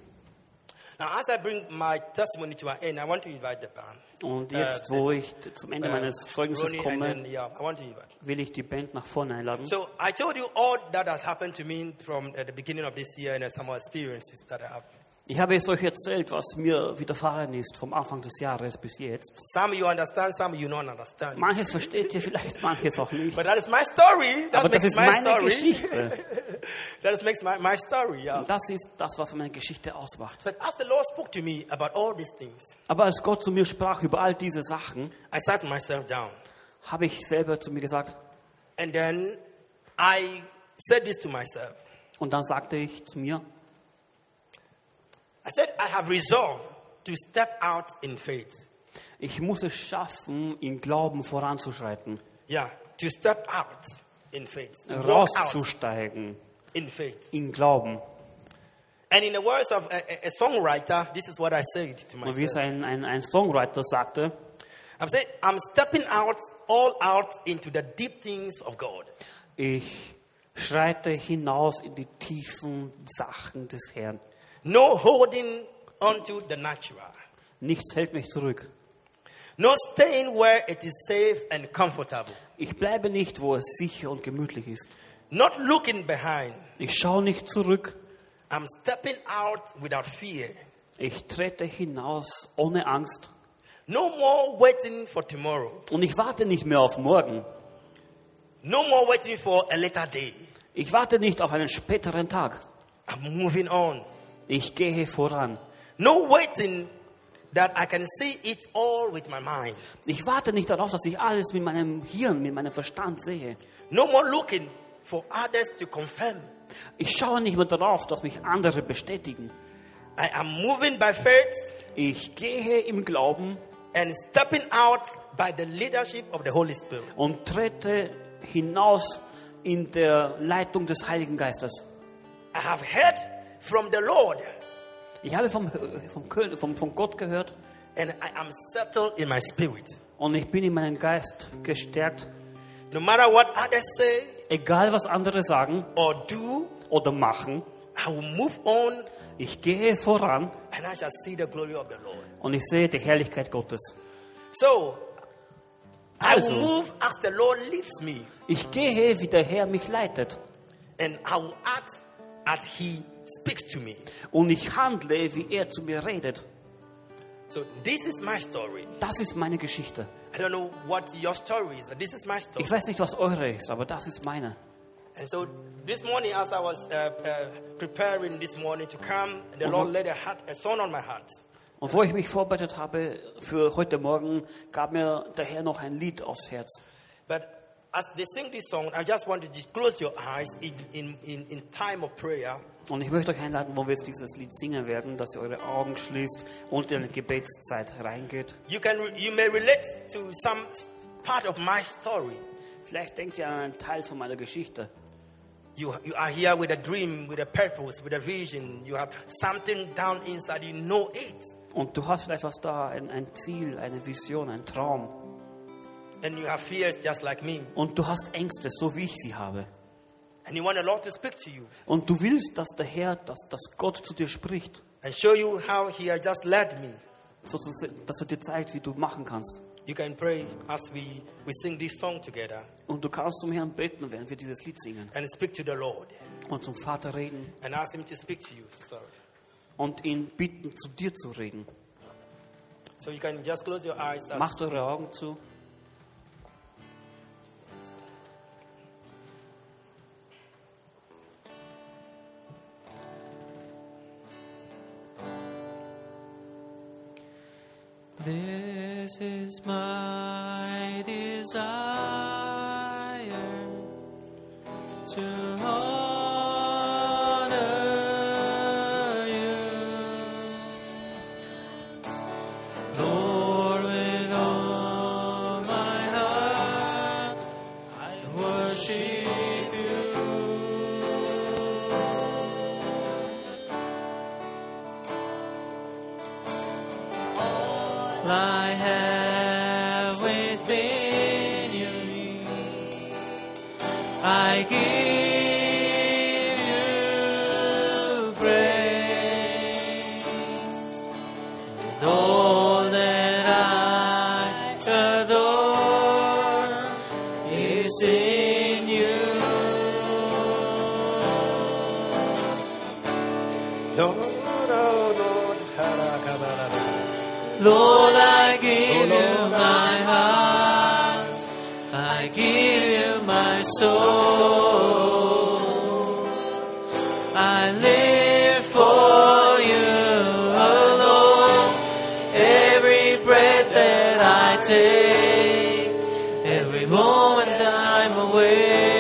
[SPEAKER 1] Now, as I bring my testimony to an end, I want to invite the band. Uh,
[SPEAKER 2] Und jetzt, wo ich t- zum Ende meines Zeugnisses
[SPEAKER 1] Ronnie and
[SPEAKER 2] komme,
[SPEAKER 1] then, yeah, I want to invite.
[SPEAKER 2] will ich die Band nach vorne einladen.
[SPEAKER 1] So I told you all that has happened to me from uh, the beginning of this year and uh, some experiences that I have.
[SPEAKER 2] Ich habe es euch erzählt, was mir widerfahren ist vom Anfang des Jahres bis jetzt.
[SPEAKER 1] Some you understand, some you don't understand.
[SPEAKER 2] Manches versteht ihr vielleicht, manches auch nicht.
[SPEAKER 1] Ah, but that is my story. That
[SPEAKER 2] Aber das
[SPEAKER 1] makes
[SPEAKER 2] ist
[SPEAKER 1] my
[SPEAKER 2] meine
[SPEAKER 1] story.
[SPEAKER 2] Geschichte.
[SPEAKER 1] that is makes my, my story, yeah.
[SPEAKER 2] Und das ist das, was meine Geschichte ausmacht.
[SPEAKER 1] But as the Lord spoke to me about all these things,
[SPEAKER 2] Aber als Gott zu mir sprach über all diese Sachen,
[SPEAKER 1] I sat myself down.
[SPEAKER 2] habe ich selber zu mir gesagt,
[SPEAKER 1] And then I said this to myself.
[SPEAKER 2] und dann sagte ich zu mir,
[SPEAKER 1] I said, I have resolved to step out in faith.
[SPEAKER 2] ich muss es schaffen, im Glauben voranzuschreiten,
[SPEAKER 1] Yeah, to step out in faith, to walk out
[SPEAKER 2] rauszusteigen,
[SPEAKER 1] in faith.
[SPEAKER 2] im Glauben.
[SPEAKER 1] And in the words of a, a- a songwriter, this is what I said to
[SPEAKER 2] Und wie es
[SPEAKER 1] myself.
[SPEAKER 2] ein, ein, ein Songwriter sagte,
[SPEAKER 1] I'm saying, I'm stepping out, all out into the deep things of God.
[SPEAKER 2] ich schreite hinaus in die tiefen Sachen des Herrn.
[SPEAKER 1] No holding onto the natural.
[SPEAKER 2] Nichts hält mich zurück.
[SPEAKER 1] No staying where it is safe and comfortable.
[SPEAKER 2] Ich bleibe nicht, wo es sicher und gemütlich ist.
[SPEAKER 1] Not looking behind.
[SPEAKER 2] Ich schaue nicht zurück.
[SPEAKER 1] I'm stepping out without fear.
[SPEAKER 2] Ich trete hinaus ohne Angst.
[SPEAKER 1] No more waiting for tomorrow.
[SPEAKER 2] Und ich warte nicht mehr auf morgen.
[SPEAKER 1] No more waiting for a later day.
[SPEAKER 2] Ich warte nicht auf einen späteren Tag.
[SPEAKER 1] I'm moving on.
[SPEAKER 2] Ich gehe voran.
[SPEAKER 1] No waiting that I can see it all with my mind.
[SPEAKER 2] Ich warte nicht darauf, dass ich alles mit meinem Hirn, mit meinem Verstand sehe.
[SPEAKER 1] No more looking for others to confirm.
[SPEAKER 2] Ich schaue nicht mehr darauf, dass mich andere bestätigen.
[SPEAKER 1] I am moving by faith
[SPEAKER 2] Ich gehe im Glauben
[SPEAKER 1] and stepping out by the leadership of the Holy Spirit.
[SPEAKER 2] und trete hinaus in der Leitung des Heiligen Geistes.
[SPEAKER 1] I have heard from the Lord
[SPEAKER 2] Ich habe vom, vom, König- vom, vom Gott gehört
[SPEAKER 1] and I am settled in my spirit.
[SPEAKER 2] und ich bin in meinem Geist gestärkt.
[SPEAKER 1] No matter what others say
[SPEAKER 2] Egal, was andere sagen
[SPEAKER 1] or do,
[SPEAKER 2] oder machen,
[SPEAKER 1] I will move on
[SPEAKER 2] ich gehe voran
[SPEAKER 1] and I shall see the glory of the Lord.
[SPEAKER 2] und ich sehe die Herrlichkeit Gottes.
[SPEAKER 1] So I will
[SPEAKER 2] Also.
[SPEAKER 1] move as the Lord leads me,
[SPEAKER 2] Ich gehe, wie der Herr mich leitet.
[SPEAKER 1] and I will act as He speaks to me.
[SPEAKER 2] Und ich handle, wie er zu mir redet.
[SPEAKER 1] So this is my story.
[SPEAKER 2] Das ist meine Geschichte.
[SPEAKER 1] I don't know what your story is, but this is my story.
[SPEAKER 2] Ich weiß nicht, was eure ist, aber das ist meine.
[SPEAKER 1] And so this morning, as I was uh, uh, preparing this morning to come, the
[SPEAKER 2] Mhm.
[SPEAKER 1] Lord laid a, heart, a song on my heart.
[SPEAKER 2] Und wo ich mich vorbereitet habe für heute Morgen, gab mir der Herr noch ein Lied aufs Herz.
[SPEAKER 1] But as they sing this song, I just want you to close your eyes in, in, in, in time of prayer.
[SPEAKER 2] Und ich möchte euch einladen, wo wir jetzt dieses Lied singen werden, dass ihr eure Augen schließt und in die Gebetszeit reingeht.
[SPEAKER 1] You, can re- you may relate to some s- part of my story.
[SPEAKER 2] Vielleicht denkt ihr an einen Teil von meiner Geschichte.
[SPEAKER 1] You, you are here with a dream, with a purpose, with a vision. You have something down inside, you know it.
[SPEAKER 2] Und du hast vielleicht was da, ein, ein Ziel, eine Vision, ein Traum.
[SPEAKER 1] And you have fears just like me.
[SPEAKER 2] Und du hast Ängste, so wie ich sie habe.
[SPEAKER 1] And you want the Lord to speak to you
[SPEAKER 2] Und du willst, dass der Herr, dass, dass Gott zu dir spricht.
[SPEAKER 1] and show you how He has just led me.
[SPEAKER 2] So, dass er- dass er dir zeigt, wie du machen kannst.
[SPEAKER 1] You can pray as we, we sing this song together
[SPEAKER 2] Und du kannst zum Herrn beten, während wir dieses Lied singen.
[SPEAKER 1] and speak to the Lord
[SPEAKER 2] Und zum Vater reden
[SPEAKER 1] and ask Him to speak to you. Sorry.
[SPEAKER 2] und ihn bitten, zu dir zu reden.
[SPEAKER 1] So you can just close your eyes. As,
[SPEAKER 2] Macht eure Augen zu.
[SPEAKER 3] This is my desire to honor you, Lord, with all my heart. I worship you. I have within you. I give you praise. And all that I adore is in you.
[SPEAKER 1] Lord, oh Lord, harakabara.
[SPEAKER 3] Lord, I give
[SPEAKER 1] Oh,
[SPEAKER 3] you
[SPEAKER 1] Lord,
[SPEAKER 3] my heart. I give you my soul. I live for you alone. Every breath that I take, every moment that I'm away.